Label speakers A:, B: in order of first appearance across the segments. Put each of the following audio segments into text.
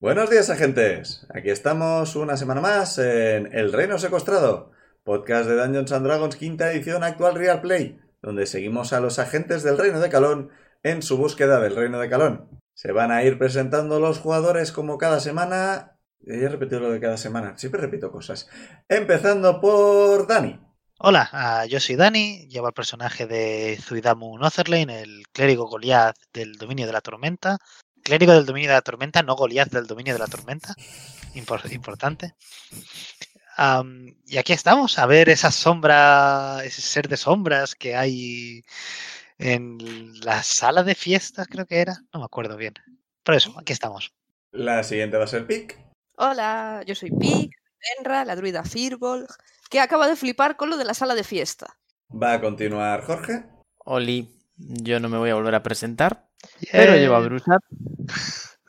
A: Buenos días, agentes. Aquí estamos una semana más en El Reino Secuestrado, podcast de Dungeons and Dragons quinta edición actual Real Play, donde seguimos a los agentes del Reino de Calón en su búsqueda del Reino de Calón. Se van a ir presentando los jugadores como cada semana. Ya he repetido lo de cada semana, siempre repito cosas. Empezando por Dani.
B: Hola, ah, yo soy Dani, llevo al personaje de Zuidamu Notherlane, el clérigo Goliath del dominio de la tormenta, clérigo del dominio de la tormenta, no Goliath del dominio de la tormenta. Impor- importante. Am, y aquí estamos, a ver esa sombra, ese ser de sombras que hay en la sala de fiestas, creo que era. No me acuerdo bien. Pero eso, aquí estamos.
A: La siguiente va a ser Pic.
C: Hola, yo soy Pi, Benra, la druida Firbolg, que acaba de flipar con lo de la sala de fiesta.
A: Va a continuar Jorge.
D: Oli, yo no me voy a volver a presentar,
B: Eh,
E: Eh.
D: pero llevo a Brusat,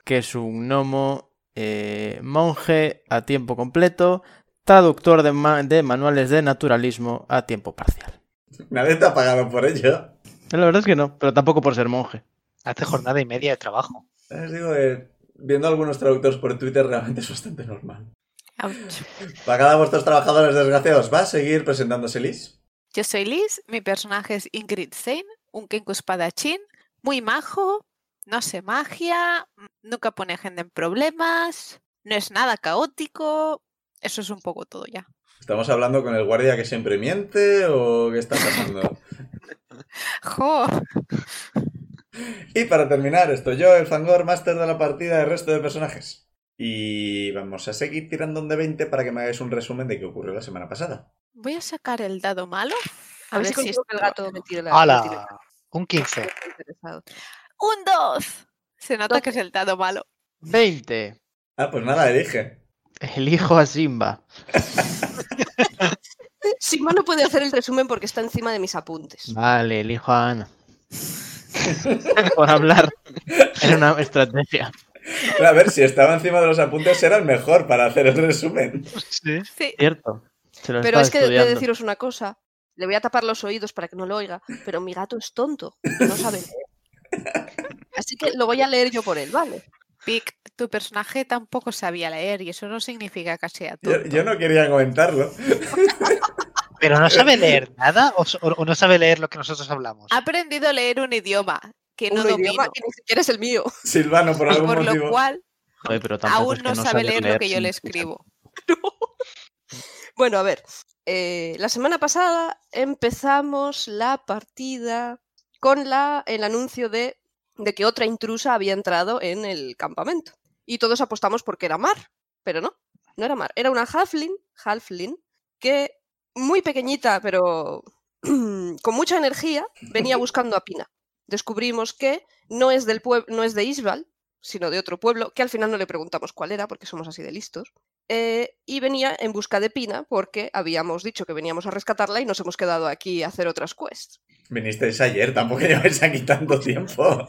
D: que es un gnomo eh, monje a tiempo completo, traductor de, ma- de manuales de naturalismo a tiempo parcial.
A: Nadie está pagado por ello.
E: La verdad es que no, pero tampoco por ser monje.
B: Hace jornada y media de trabajo.
A: Les digo que viendo algunos traductores por Twitter realmente es bastante normal. Pagada a vuestros trabajadores desgraciados, va a seguir presentándose Liz.
F: Yo soy Liz, mi personaje es Ingrid Zane, un Kenku espadachín, muy majo, no sé magia, mm, nunca pone gente en problemas, no es nada caótico, eso es un poco todo ya.
A: ¿Estamos hablando con el guardia que siempre miente o qué está pasando?
F: ¡Jo!
A: y para terminar, estoy yo, el Fangor, máster de la partida del resto de personajes. Y vamos a seguir tirando un de 20 para que me hagáis un resumen de qué ocurrió la semana pasada.
F: Voy a sacar el dado malo.
C: A, ver si consigo que el
F: esto-
C: gato me tire la... me tire
B: ¡Hala!
C: la-
B: Un 15.
C: estoy interesado.
F: ¡Un 2! Se nota que es el dado malo.
E: 20.
A: Ah, pues nada, elige.
E: Elijo a Simba.
C: Sigma no puede hacer el resumen porque está encima de mis apuntes.
E: Vale, elijo a Ana. por hablar. Era una estrategia.
A: A ver, si estaba encima de los apuntes era el mejor para hacer el resumen.
F: Sí,
E: Cierto. Se lo
C: Pero
E: estaba
C: es que he de
E: estudiando.
C: deciros una cosa. Le voy a tapar los oídos para que no lo oiga, pero mi gato es tonto, no sabe leer. Así que lo voy a leer yo por él, ¿vale?
F: Pic, tu personaje tampoco sabía leer y eso no significa que sea tú.
A: Yo, yo no quería comentarlo.
B: Pero no sabe leer nada o, so- o no sabe leer lo que nosotros hablamos.
F: Ha aprendido a leer un idioma que no
C: Un
F: domino,
C: idioma que ni siquiera es el mío.
A: Silvano, por
F: y
A: algún
F: por
A: motivo.
F: lo cual
E: Joder, pero tampoco
F: aún
E: es que
F: no sabe leer lo que yo le
E: significa.
F: escribo.
C: Bueno, a ver. eh, la semana pasada empezamos la partida con la, el anuncio de, de que otra intrusa había entrado en el campamento. Y todos apostamos porque era Mar, pero no, no era Mar. Era una halfling, halfling que muy pequeñita, pero con mucha energía, venía buscando a Pina. Descubrimos que no es, del pueb- no es de Isbal, sino de otro pueblo, que al final no le preguntamos cuál era, porque somos así de listos eh, y venía en busca de Pina porque habíamos dicho que veníamos a rescatarla y nos hemos quedado aquí a hacer otras quests.
A: Vinisteis ayer, tampoco lleváis aquí tanto tiempo.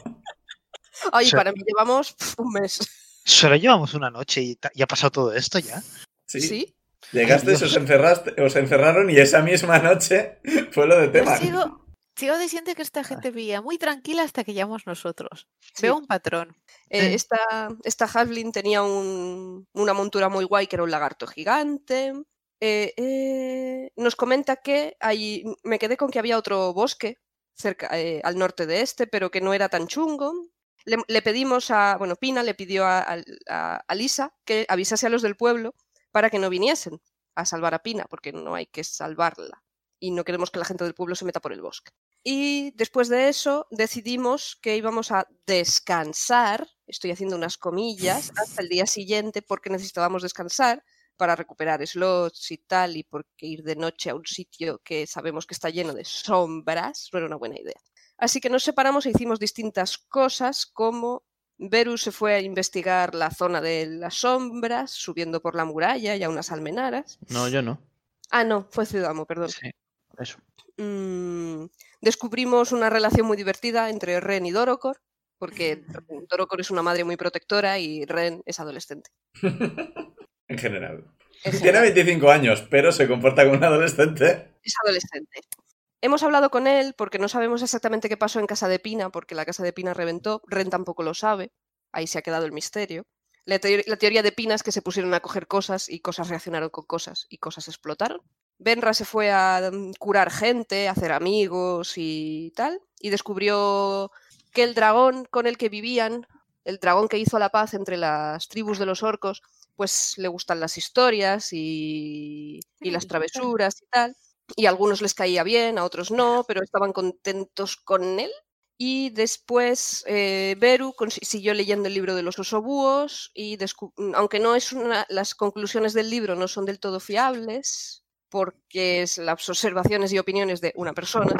C: Ay,
B: Sí.
C: para mí llevamos pf, un mes.
B: Solo llevamos una noche y, ta- y ha pasado todo esto ya.
A: Sí.
C: ¿Sí?
A: Llegasteis, os, encerraste, os encerraron y esa misma noche fue lo de
F: Yo
A: tema.
F: Pues sigo, sigo diciendo que esta gente vivía muy tranquila hasta que llegamos nosotros.
C: Ah. Sí.
F: Veo un patrón.
C: Eh,
B: Sí.
C: esta, esta halfling tenía un- una montura muy guay que era un lagarto gigante. Eh, eh, nos comenta que hay, me quedé con que había otro bosque cerca eh, al norte de este, pero que no era tan chungo. Le, le pedimos a, bueno, Pina le pidió a, a- a- a Lisa que avisase a los del pueblo para que no viniesen a salvar a Pina, porque no hay que salvarla y no queremos que la gente del pueblo se meta por el bosque. Y después de eso decidimos que íbamos a descansar, estoy haciendo unas comillas, hasta el día siguiente porque necesitábamos descansar para recuperar slots y tal, y porque ir de noche a un sitio que sabemos que está lleno de sombras no era una buena idea. Así que nos separamos e hicimos distintas cosas, como Beru se fue a investigar la zona de las sombras, subiendo por la muralla y a unas almenaras.
E: No, yo no.
C: Ah, no, fue Ciudadamo, perdón.
E: Sí, eso.
C: Mm, descubrimos una relación muy divertida entre Ren y Dorocor, porque Dorocor es una madre muy protectora y Ren es adolescente.
A: en general.
C: Es
A: Tiene 25 años, pero se comporta como un adolescente.
C: es adolescente. Hemos hablado con él porque no sabemos exactamente qué pasó en Casa de Pina, porque la Casa de Pina reventó. Ren tampoco lo sabe. Ahí se ha quedado el misterio. La, teo- la teoría de Pina es que se pusieron a coger cosas y cosas reaccionaron con cosas y cosas explotaron. Benra se fue a mm, curar gente, a hacer amigos y tal. Y descubrió que el dragón con el que vivían, el dragón que hizo la paz entre las tribus de los orcos, pues le gustan las historias y, y las
F: Mm,
C: travesuras y tal y a algunos les caía bien, a otros no, pero estaban contentos con él. Y después eh, Beru consi- siguió leyendo el libro de los osobúos y descu- mm, aunque no es una, las conclusiones del libro no son del todo fiables porque es las observaciones y opiniones de una persona.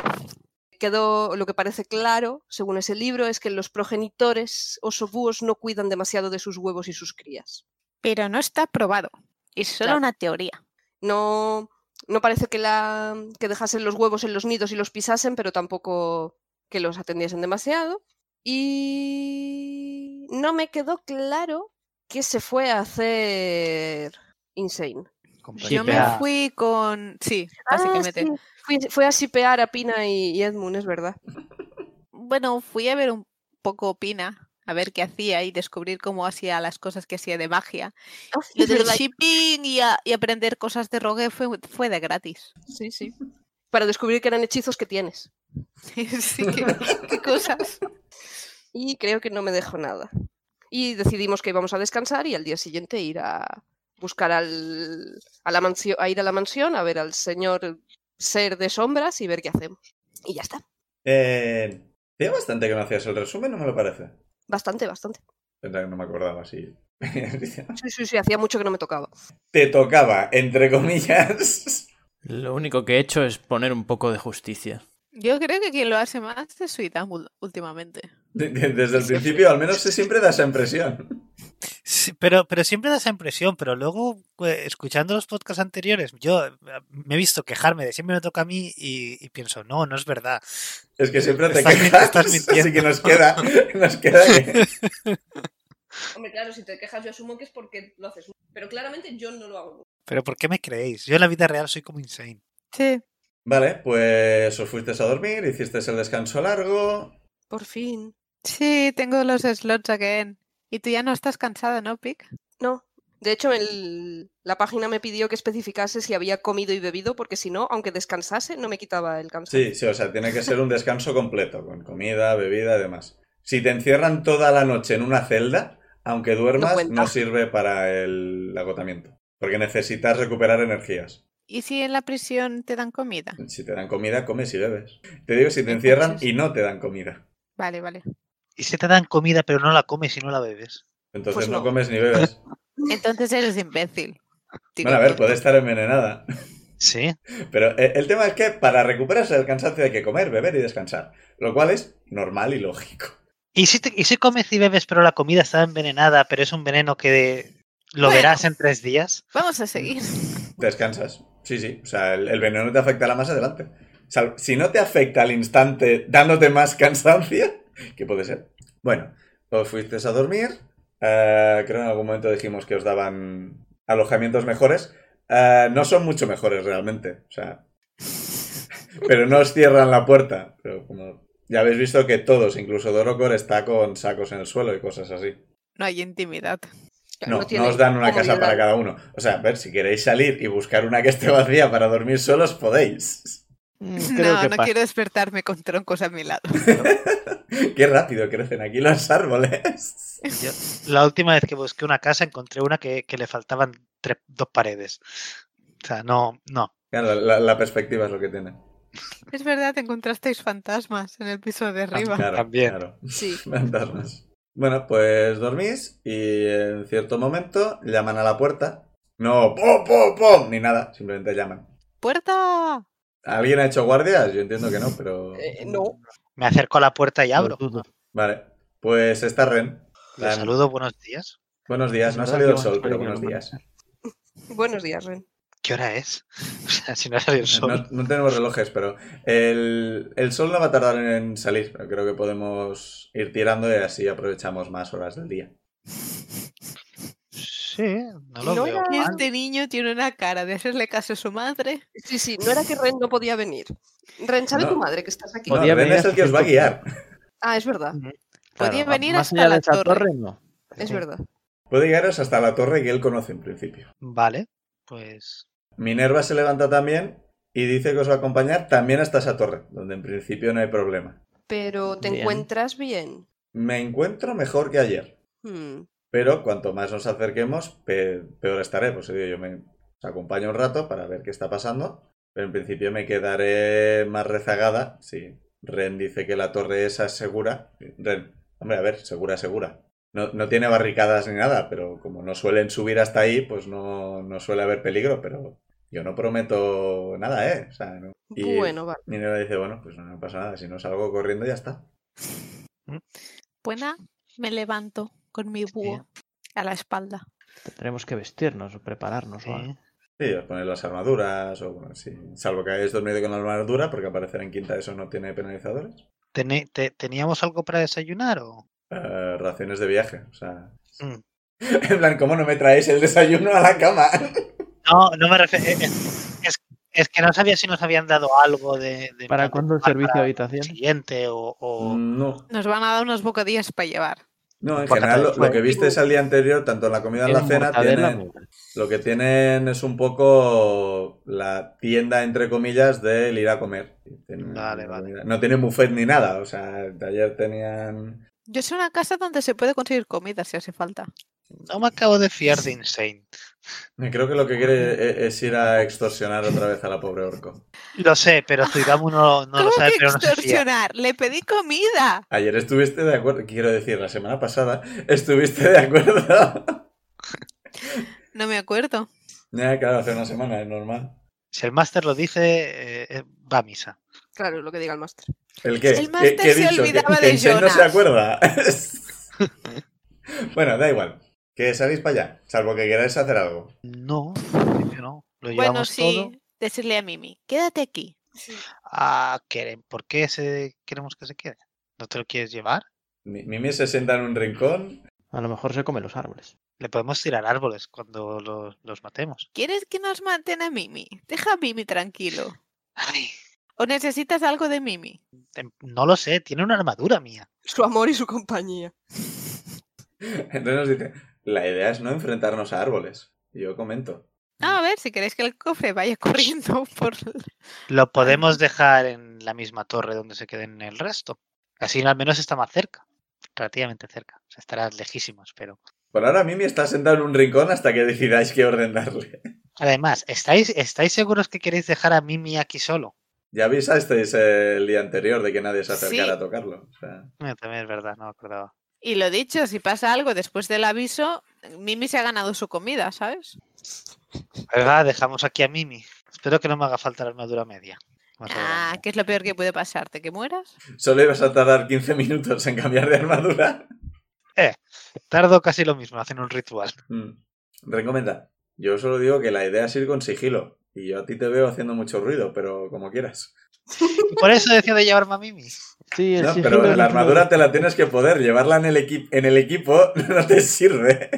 C: Quedó lo que parece claro, según ese libro, es que los progenitores osobúos no cuidan demasiado de sus huevos y sus crías.
F: Pero no está probado. Es solo
C: Claro.
F: una teoría.
C: no, no parece que, la, que dejasen los huevos en los nidos y los pisasen, pero tampoco que los atendiesen demasiado. Y no me quedó claro que se fue a hacer Insane.
F: Yo me
E: Shipear.
F: fui con. Ah, Sí,
C: Ah,
F: básicamente.
C: Fui- fue a sipear a Pina y, y Edmund, es verdad.
F: Bueno, fui a ver un poco Pina, a ver qué hacía y descubrir cómo hacía las cosas que hacía de magia. Lo del shipping y, a- y aprender cosas de rogue fue, fue de gratis.
C: Sí, sí. Para descubrir que eran hechizos que tienes.
F: Así que, qué cosas.
C: Y creo que no me dejó nada. Y decidimos que íbamos a descansar y al día siguiente ir a buscar al, a, la mansión, a ir a la mansión a ver al señor ser de sombras y ver qué hacemos. Y ya está.
A: Eh, tenía bastante que me hacías el resumen, no me lo parece.
C: Bastante, bastante.
A: Pensaba que no me acordaba así.
C: Sí, sí, sí, hacía mucho que no me tocaba.
A: Te tocaba, entre comillas.
E: Lo único que he hecho es poner un poco de justicia.
F: Yo creo que quien lo hace más es Suitamul últimamente.
A: de- de- Desde el principio, al menos se siempre da esa impresión.
B: Sí, pero, pero siempre da esa impresión, pero luego eh, escuchando los podcasts anteriores, yo eh, me he visto quejarme de siempre me toca a mí y, y pienso, no, no es verdad.
A: Es que siempre te
B: Estás min-
A: quejas,
B: estás
A: así que
B: mintiendo.
A: nos queda, nos queda que-
C: Hombre, claro, si te quejas yo asumo que es porque lo haces. Pero claramente yo no lo hago.
B: Pero ¿por qué me creéis? Yo en la vida real soy como insane.
F: Sí.
A: Vale, pues os fuisteis a dormir, hicisteis el descanso largo.
C: Por fin.
F: Sí, tengo los slots again. Y tú ya no estás cansado, ¿no, Pic?
C: No. De hecho, el- la página me pidió que especificase si había comido y bebido, porque si no, aunque descansase, no me quitaba el cansancio.
A: Sí, sí, o sea, tiene que ser un descanso completo, con comida, bebida y demás. Si te encierran toda la noche en una celda, aunque duermas, no,
C: cuenta.
A: sirve para el agotamiento. Porque necesitas recuperar energías.
F: ¿Y si en la prisión te dan comida?
A: Si te dan comida, comes y bebes. Te digo, si te encierran
C: Entonces-
A: y no te dan comida.
F: Vale, vale.
B: Y si te dan comida pero no la comes y no la bebes.
A: Entonces
C: Pues
A: no.
C: no.
A: comes ni bebes.
F: Entonces eres imbécil. Digo,
A: Bueno, a ver,
F: tío.
E: pues".
A: puede estar envenenada.
B: Sí.
A: Pero eh, el tema es que para recuperarse del cansancio hay que comer, beber y descansar. Lo cual es normal y lógico.
B: ¿Y si, te- y si comes y bebes pero la comida está envenenada, pero es un veneno que lo
F: Bueno.
B: verás en tres días?
F: Vamos a seguir.
A: Descansas. Sí, sí. O sea, el, el veneno te afectará más adelante. Sal- si no te afecta al instante dándote más cansancio, ¿qué puede ser? Bueno, os fuisteis a dormir. Eh, creo que en algún momento dijimos que os daban alojamientos mejores. Eh, no son mucho mejores realmente. O sea. Pero no os cierran la puerta. Pero como. Ya habéis visto que todos, incluso Dorocor, está con sacos en el suelo y cosas así.
F: No hay intimidad.
C: Claro,
A: No,
C: tiene
A: no os dan una casa
C: comodidad.
A: para cada uno. O sea, a ver, si queréis salir y buscar una que esté vacía para dormir solos, podéis.
E: Mm, Creo
F: No,
E: que
F: no
E: pasa.
F: quiero despertarme con troncos a mi lado.
A: Qué rápido crecen aquí los árboles.
B: Yo- la última vez que busqué una casa encontré una que, que le faltaban tres- dos paredes. O sea, no, no.
A: Claro, la, la perspectiva es lo que tiene.
F: Es verdad, te encontrasteis fantasmas en el piso de arriba.
A: Claro,
B: También.
A: claro.
C: Sí.
A: Fantasmas. Bueno, pues dormís y en cierto momento llaman a la puerta. No, ¡pum, pum, pum! Ni nada, simplemente llaman.
F: ¡Puerta!
E: Ah.
A: ¿Alguien ha hecho guardias? Yo entiendo que no, pero...
C: Eh, no.
B: Me acerco a la puerta y abro.
E: Lo dudo.
A: Vale, pues está Ren.
B: Le
A: Tan-
B: saludo, buenos días.
A: Buenos días,
E: Es
A: no ha
E: verdad
A: salido
E: que
A: el sol,
E: hemos
A: pero
E: perdido
A: buenos
E: la
A: días.
C: Buenos días, Ren.
B: ¿Qué hora es? O sea, si no sale el sol.
A: No, no tenemos relojes, pero el, el sol no va a tardar en salir, pero creo que podemos ir tirando y así aprovechamos más horas del día.
B: Sí, no lo
C: No
B: veo.
C: era-
F: Y
B: mal.
F: este niño tiene una cara de hacerle caso a su madre.
C: Sí, sí, no era que Ren no podía venir. Ren, ¿sabe
A: No.
C: tu madre que estás aquí?
A: No,
E: Podía
A: Ren
E: venir
A: es el que os va a
E: hasta
A: guiar.
C: Ah, es verdad,
F: Podía
E: Claro,
F: venir
E: más
F: hasta
E: allá
F: la
E: de esa
F: torre.
E: torre, no.
C: es
E: Sí.
C: verdad.
A: Puede guiaros hasta la torre que él conoce en principio.
B: Vale, pues.
A: Minerva se levanta también y dice que os va a acompañar también hasta esa torre, donde en principio no hay problema.
C: Pero te
E: Bien.
C: encuentras bien.
A: Me encuentro mejor que ayer,
C: Hmm.
A: pero cuanto más nos acerquemos, pe- peor estaré. Pues digo, yo me os acompaño un rato para ver qué está pasando, pero en principio me quedaré más rezagada. Si Ren dice que la torre esa es segura. Ren, hombre, a ver, segura, segura. No, no tiene barricadas ni nada, pero como no suelen subir hasta ahí, pues no, no suele haber peligro, pero yo no prometo nada, ¿eh? O sea, no- Y-
C: Bueno, vale.
A: Minera dice, bueno, pues no, me pasa nada, si no salgo corriendo ya está.
F: Buena, me levanto con mi búho a la espalda.
E: Tendremos que vestirnos o prepararnos. o algo.
B: sí.
A: Sí, os ponéis las armaduras, o bueno, sí, salvo que hayáis dormido con la armadura, porque aparecer en quinta eso no tiene penalizadores.
B: ¿Tene- te- ¿Teníamos algo para desayunar o.?
A: Eh, raciones de viaje, o sea...
B: Mm.
A: En plan, ¿cómo no me traéis el desayuno a la cama?
B: No, no me refiero. Es, es que no sabía si nos habían dado algo de. de-
E: ¿Para
B: de
E: cuándo el
B: tomar
E: servicio de
B: para
E: habitación?
B: el siguiente o. o-
F: Mm.
A: No.
F: Nos van a dar unos bocadillos para llevar.
A: No, en
B: Porque
A: general lo,
B: te-
A: lo que visteis al día anterior, tanto en la comida como en la
E: Tienen
A: cena,
E: mortadela, pues,
A: tienen,
E: muy
B: pues.
A: lo que tienen es un poco la tienda, entre comillas, del ir a comer. Tienen-
B: Vale, vale.
A: No tienen buffet ni nada, o sea, ayer tenían
F: Yo soy una casa donde se puede conseguir comida si hace falta.
B: No me acabo de fiar de Insane.
A: Eh, Creo que lo que quiere e- es ir a extorsionar otra vez a la pobre orco.
B: Lo sé, pero Zuidamu no, no lo
F: ¿Cómo
B: sabe,
F: que
B: pero no se fía.
F: extorsionar? Le pedí comida.
A: Ayer estuviste de acuerdo, quiero decir, la semana pasada estuviste de acuerdo.
F: No me acuerdo.
A: Ya, claro, hace una semana, es normal.
B: Si el máster lo dice, eh, eh, va a misa.
C: Claro, lo que diga el máster.
A: ¿El qué?
F: El máster
A: ¿Qué- qué he
F: se
A: dicho? ¿Que-
F: olvidaba
A: que
F: de
A: Insane no se
F: Jonas.
A: acuerda? bueno, da igual. Que salís para allá, salvo que queráis hacer algo.
B: No, en principio no. Lo
F: Bueno,
B: llevamos todo.
F: sí, decirle a Mimi, quédate aquí.
B: Ah, ¿qué- ¿por qué se, queremos que se quede? ¿No te lo quieres llevar?
A: Mi- Mimi se sienta en un rincón.
E: A lo mejor se come los árboles.
B: Le podemos tirar árboles cuando los, los matemos.
F: ¿Quieres que nos maten a Mimi? Deja a Mimi tranquilo.
B: Ay,
F: ¿O necesitas algo de Mimi?
B: em, no lo sé, tiene una armadura mía.
C: Su amor y su compañía.
A: Entonces nos dice, la idea es no enfrentarnos a árboles. Y yo comento.
F: Ah, A ver, si queréis que el cofre vaya corriendo por...
B: Lo podemos dejar en la misma torre donde se queden el resto. Así al menos está más cerca. Relativamente cerca. O sea, estará lejísimos, pero.
A: Por ahora Mimi está sentada en un rincón hasta que decidáis qué orden darle.
B: Además, ¿estáis, ¿estáis seguros que queréis dejar a Mimi aquí solo?
A: Ya avisasteis eh, el día anterior de que nadie se acercara
F: Sí.
A: a tocarlo. o sea.
B: Eh, también es verdad, no me acordaba.
F: Y lo dicho, si pasa algo después del aviso, Mimi se ha ganado su comida, ¿sabes?
B: ¿Verdad? Dejamos aquí a Mimi. Espero que no me haga falta la armadura media. Más
F: Ah,
B: adelante.
F: ¿qué es lo peor que puede pasarte? ¿Que mueras?
A: Solo ibas a tardar 15 minutos en cambiar de armadura.
B: Tardo casi lo mismo, hacen un ritual.
A: Mm. Recomienda. Yo solo digo que la idea es ir con sigilo. Y yo a ti te veo haciendo mucho ruido, pero como quieras.
B: Y por eso decía de llevarme a Mimi.
E: Sí, el
A: No,
E: sigilo
A: pero
E: es
A: la
E: lo que-
A: armadura te la tienes que poder. Llevarla en el, equi- en el equipo no te sirve.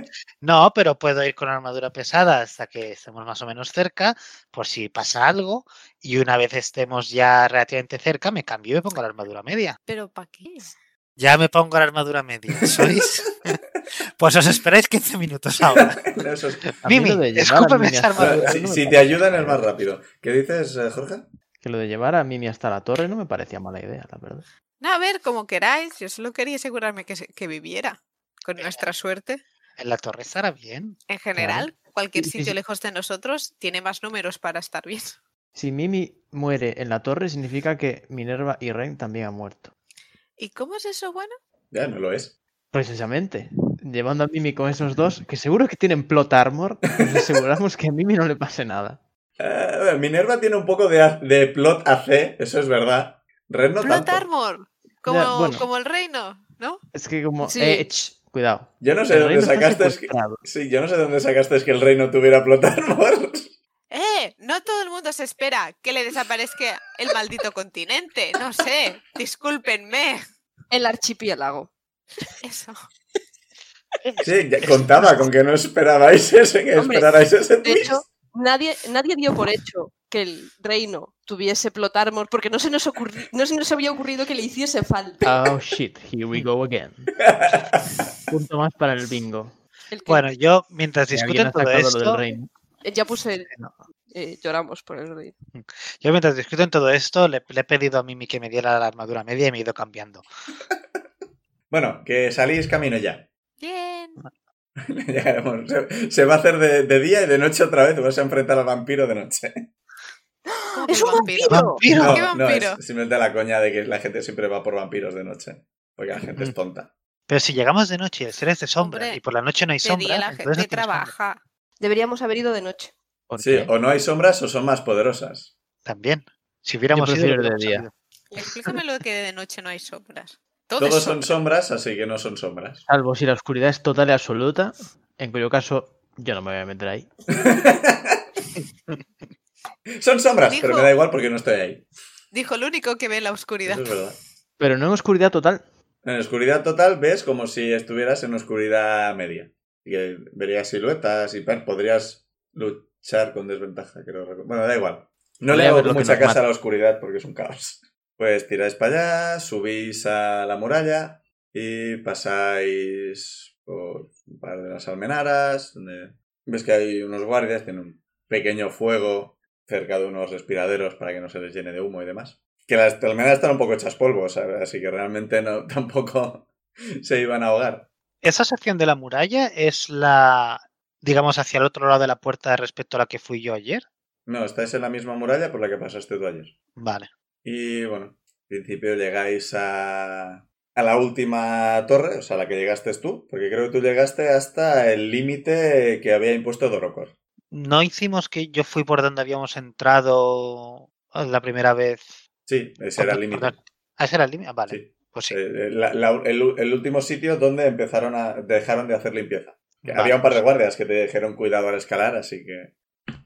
B: No, pero puedo ir con armadura pesada hasta que estemos más o menos cerca, por si pasa algo. Y una vez estemos ya relativamente cerca, me cambio y me pongo la armadura media.
F: ¿Pero para qué?
B: Ya me pongo la armadura media. ¿Sois? pues os esperáis 15 minutos ahora.
A: No, eso es-
E: A mí
B: Mimi,
E: lo de llevar a
B: escúpeme
E: Mimi
B: esa
E: hasta-
B: armadura.
A: si,
E: Ah, no me
A: si te
E: parece
A: ayudan es
E: mala
A: más
E: idea.
A: rápido. ¿Qué dices, eh, Jorge?
E: Que lo de llevar a Mimi hasta la torre no me parecía mala idea, la verdad.
F: No, a ver, como queráis. Yo solo quería asegurarme que, se- que viviera. Con nuestra suerte,
B: En la torre estará bien.
F: en general, cualquier
E: Y- y
F: sitio
E: si-
F: lejos de nosotros tiene más números para estar bien.
E: Si Mimi muere en la torre, significa que Minerva y Ren también han muerto.
F: ¿Y cómo es eso bueno?
A: Ya no lo es.
E: Precisamente. Llevando a Mimi con esos dos, que seguro que tienen plot armor, nos aseguramos que a Mimi no le pase nada.
A: Ah, Eh, Minerva tiene un poco de, a- de plot AC, eso es verdad. Red no
F: ¡Plot
A: tanto.
F: Armor! Como,
E: Ya, bueno.
F: como el reino, ¿no?
E: Es que como...
C: Sí.
E: eh, ch, cuidado.
A: Yo no sé
E: El
A: de dónde
E: reino está
A: sacaste. que-
E: secuestrado.
A: Sí, yo no sé de dónde sacaste que el reino tuviera Plotarmor.
F: ¡Eh! No todo el mundo se espera que le desaparezca el maldito continente. No sé. Discúlpenme.
C: El archipiélago.
F: Eso.
A: Sí, ya contaba con que no esperabais ese, que
C: Hombre,
A: esperarais ese
C: De
A: twist.
C: hecho, nadie, nadie dio por hecho que el reino tuviese Plotarmor porque no se nos, ocurri- no se nos había ocurrido que le hiciese falta.
E: Oh, shit, here we go again. Punto más para el bingo.
C: El que-
B: Bueno, yo mientras
E: Que alguien
B: discuten
E: ha
B: todo
E: sacado lo del
B: esto,
E: reino.
C: eh, ya puse el-
B: No.
C: eh, lloramos por el reino.
B: yo mientras discuten todo esto, le, le he pedido a Mimi que me diera la armadura media y me he ido cambiando.
A: Bueno, que salís camino ya.
F: Bien.
A: Llegaremos. Se, se va a hacer de, de día y de noche otra vez. Vas a enfrentar al vampiro de noche.
F: ¿Cómo que
C: ¡Es un
F: vampiro?
B: ¡Vampiro!
C: vampiro!
A: No,
F: ¿Qué
A: no, es
F: vampiro?
A: simplemente la coña de que la gente siempre va por vampiros de noche. Porque la gente es tonta.
B: Pero si llegamos de noche y el ser es de sombra
F: Hombre,
B: y por la noche no hay
F: De
B: sombra,
F: día la
B: entonces no
F: gente
B: tienes sombra.
F: trabaja.
C: Deberíamos haber ido de noche.
E: ¿Por
A: Sí,
E: qué?
A: o no hay sombras o son más poderosas.
B: También. Si hubiéramos ido,
E: prefiero
B: lo
E: de
B: hubiéramos
E: día.
B: sabido.
F: Explícame lo de que de noche no hay sombras. Todo es
A: Todos son
F: sombra.
A: sombras, así que no son sombras.
E: Salvo si la oscuridad es total y absoluta, en cuyo caso yo no me voy a meter ahí.
A: Son sombras, pero
F: Dijo-
A: me da igual porque no estoy ahí.
F: Dijo el único que ve la oscuridad.
A: Eso es verdad.
E: Pero no en oscuridad total.
A: En oscuridad total ves como si estuvieras en oscuridad media. Y eh, verías siluetas y tal. podrías luchar con desventaja, creo. recor- Bueno, da igual. No le
E: Podría
A: hago
E: ver lo que
A: mucha
E: nos
A: casa
E: mata.
A: a la oscuridad porque es un caos. Pues tiráis para allá, subís a la muralla y pasáis por un par de las almenaras, donde ves que hay unos guardias, tienen un pequeño fuego cerca de unos respiraderos para que no se les llene de humo y demás. Que las almenaras están un poco hechas polvo, ¿sabes? así que realmente no tampoco se iban a ahogar.
B: Esa sección de la muralla es la, digamos, hacia el otro lado de la puerta respecto a la que fui yo ayer.
A: No, estáis en la misma muralla por la que pasaste tú ayer.
B: Vale.
A: Y bueno, en principio llegáis a, a la última torre, o sea, la que llegaste tú, porque creo que tú llegaste hasta el límite que había impuesto Dorocor.
B: No hicimos que yo fui por donde habíamos entrado la primera vez.
A: Sí, ese era el límite.
B: Perdón. Ah, ese era el límite. Ah, Vale.
A: Sí.
B: Pues sí.
A: Eh, la- la- el, el último sitio donde empezaron a dejaron de hacer limpieza. Que
B: Vale.
A: Había un par de guardias que te dijeron cuidado al escalar, así que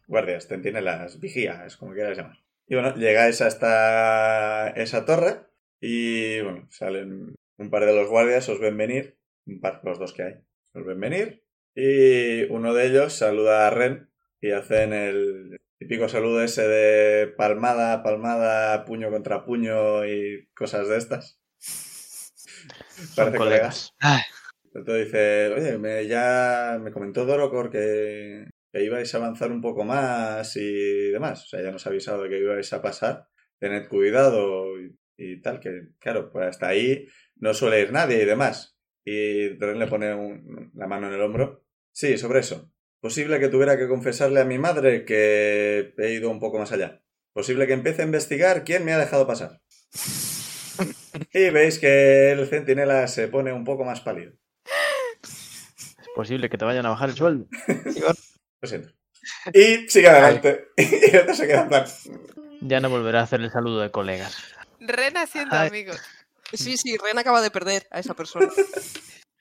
A: guardias, las vigías, como quieras llamar. Y bueno, llegáis hasta esa torre y bueno, salen un par de los guardias, os ven venir, un par, los dos que hay, os ven venir y uno de ellos saluda a Ren y hacen el típico saludo ese de palmada, palmada, puño contra puño y cosas de estas.
E: Son
A: Parece
E: colegas.
B: Ah,
A: entonces dice, oye, me, ya me comentó Dorocor que, que ibais a avanzar un poco más y demás. O sea, ya nos ha avisado de que ibais a pasar. Tened cuidado y, y tal, que claro, pues hasta ahí no suele ir nadie y demás. Y Ren le pone un- la mano en el hombro. Sí, sobre eso. Posible que tuviera que confesarle a mi madre que he ido un poco más allá. Posible que empiece a investigar quién me ha dejado pasar. Y veis que el centinela se pone un poco más pálido.
E: Es posible que te vayan a bajar el sueldo.
A: Lo siento. Y sigue adelante. Y el otro se queda en plan.
E: Ya no volverá a hacer el saludo de colegas.
F: Rena siendo
B: Ay.
F: amigos.
B: Mm.
C: Sí, sí, Ren acaba de perder a esa persona.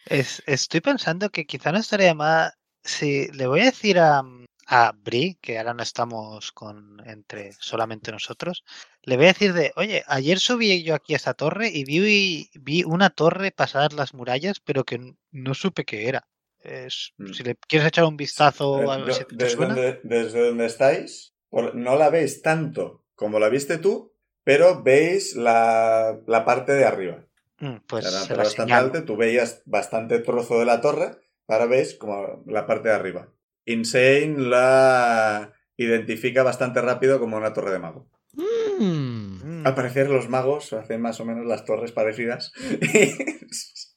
B: es- estoy pensando que quizá no estaría mal si le voy a decir a, mm, a Bri, que ahora no estamos con entre solamente nosotros, le voy a decir de, oye, ayer subí yo aquí a esta torre y vi, vi una torre pasar las murallas, pero que n- no supe qué era. Es-
A: Mm.
B: si le quieres echar un vistazo a
A: Eh,
B: ver
A: yo-
B: si te
A: desde,
B: suena.
A: donde, desde donde estáis, por- no la veis tanto como la viste tú, pero veis la, la parte de arriba.
B: Mm, Pues
A: Era una
B: se
A: torre
B: la
A: bastante
B: señalo.
A: alta, tú veías bastante trozo de la torre, ahora veis como la parte de arriba. Insane la identifica bastante rápido como una torre de mago.
E: Mm.
B: Mm,
A: Al parecer los magos hacen más o menos las torres parecidas.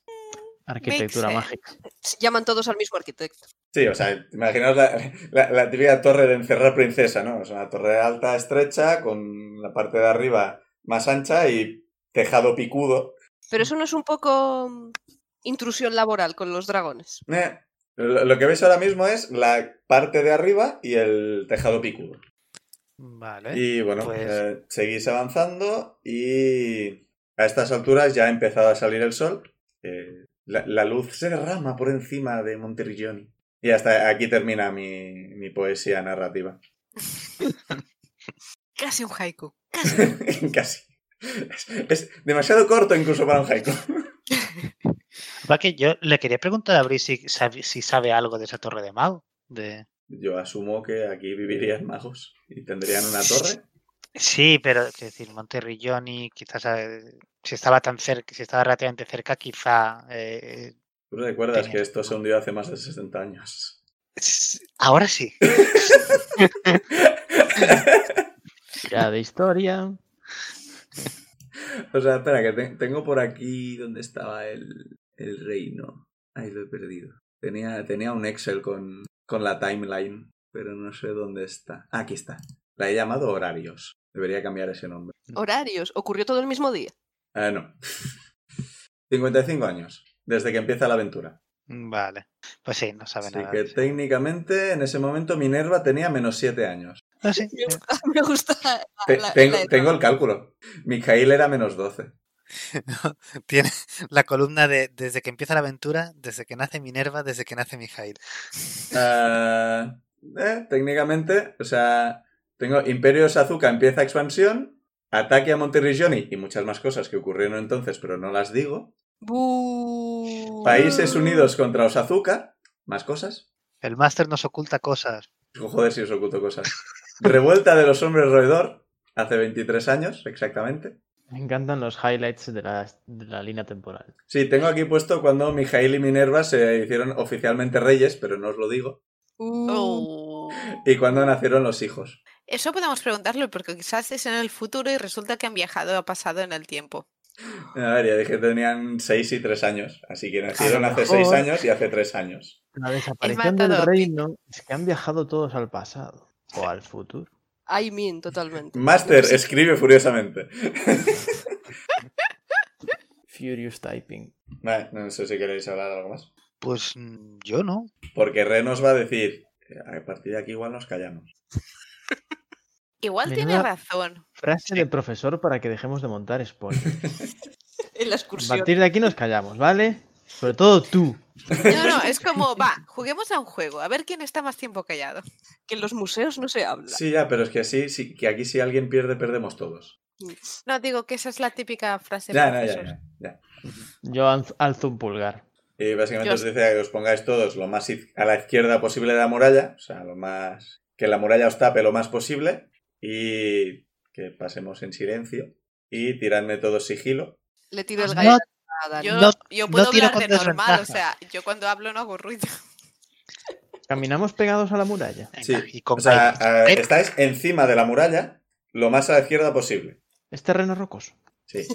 E: Arquitectura
F: Makes
E: mágica.
C: Se Llaman todos al mismo arquitecto.
A: Sí, o sea, imaginaos la, la- la típica torre de encerrar princesa, ¿no? Es una torre alta, estrecha, con la parte de arriba más ancha y tejado picudo.
C: Pero eso no es un poco mm, intrusión laboral con los dragones.
A: Eh, Lo, lo que veis ahora mismo es la parte de arriba y el tejado picudo.
B: Vale.
A: Y bueno,
B: Eh, pues-
A: eh, seguís avanzando y A estas alturas ya ha empezado a salir el sol. eh, la, la luz se derrama por encima de Monterrilloni. Y hasta aquí termina mi, mi poesía narrativa.
F: Casi un haiku.
A: Casi. Es, es demasiado corto incluso para un haiku.
B: Va que yo le quería preguntar a Bri si, sabe- si sabe algo de esa torre de mago. De...
A: Yo asumo que aquí vivirían magos y tendrían una torre.
B: Sí, pero es decir, Monterrilloni, quizás eh, si estaba tan cerca, si estaba relativamente cerca, quizá eh,
A: Tú recuerdas
B: Tenía.
A: que esto se hundió hace más de 60 años.
B: s- ahora sí.
E: Ya de historia.
A: O sea, espera, que te- tengo por aquí donde estaba el, el reino. Ahí lo he perdido. Tenía, tenía un Excel con, con la timeline, pero no sé dónde está. Ah, aquí está. La he llamado horarios. Debería cambiar ese nombre.
B: Mm.
C: Horarios. Ocurrió todo el mismo día.
A: Ah, no. 55 años, desde que empieza la aventura.
B: Vale. Pues sí, no sabe
A: Así
B: nada.
A: que
B: de eso.
A: técnicamente en ese momento Minerva tenía menos 7 años.
B: No, Ah, sí,
C: Me
B: sí.
C: gusta, me gusta la-
B: Ah,
A: Te-
C: la-
A: tengo,
C: la edad.
A: tengo el cálculo. Mikhail era menos 12.
B: Tiene la columna de desde que empieza la aventura, desde que nace Minerva, desde que nace Mijail.
A: Ah, eh, técnicamente, o sea, tengo Imperio Sazuka empieza expansión, ataque a Monterrigioni y muchas más cosas que ocurrieron entonces, pero no las digo.
C: Bu-
B: Uh, Mm.
A: Países Unidos contra Osazuka, más cosas.
B: El máster nos oculta cosas.
A: Joder, si os oculto cosas. Revuelta de los hombres roedor, hace 23 años exactamente.
E: Me encantan los highlights de la, de la línea temporal.
A: Sí, tengo aquí puesto cuando Mijail y Minerva se hicieron oficialmente reyes, pero no os lo digo.
B: uh.
C: Bu-
F: Oh.
A: Y cuando nacieron los hijos.
F: Eso podemos preguntarlo porque quizás es en el futuro y resulta que han viajado ha pasado en el tiempo.
A: A ver, ya dije que tenían 6 y 3 años. Así que nacieron
B: lo
A: hace
B: mejor.
A: 6 años y hace 3 años.
E: La desaparición del
F: matador.
E: reino es que han viajado todos al pasado o al futuro.
C: I mean, totalmente.
A: Master escribe furiosamente.
E: Furious Typing.
A: Vale, no sé si queréis hablar algo más.
B: Pues mm, yo no.
A: Porque Ren nos va a decir. eh, A partir de aquí igual nos callamos.
F: Igual tiene
E: Menuda-
F: razón.
E: Frase Este de profesor para que dejemos de montar spoilers.
C: En la
E: A
C: excursión.
E: partir de aquí nos callamos, ¿vale? Sobre todo tú.
F: No, no, es como, va, juguemos a un juego, a ver quién está más tiempo callado.
C: Que en los museos no se habla.
A: Sí, ya, pero es que así, sí, que aquí si alguien pierde, perdemos todos.
F: No, digo que esa es la típica frase.
A: Ya, ya,
F: profesor.
A: ya, ya, ya.
E: Yo alz- alzo un pulgar.
A: Y Eh, básicamente
F: Yo-
A: os dice que os pongáis todos lo más iz- a la izquierda posible de la muralla. O sea, lo más. Que la muralla os tape lo más posible. Y que pasemos en silencio. Y tiradme todos sigilo.
C: Le tiro el
B: No,
C: gallo a Dani.
F: Yo,
B: No-
F: yo
B: no
F: puedo
B: tiro
F: hablar de
B: con
F: normal, o
B: desventaja.
F: sea, yo cuando hablo no hago ruido.
E: Caminamos pegados a la muralla.
B: Venga,
A: Sí,
B: Y con eh,
A: O sea, ah,
B: Gael.
A: a-
B: Gael,
A: estáis encima de la muralla, lo más a la izquierda posible.
E: Es terreno rocoso.
A: Sí.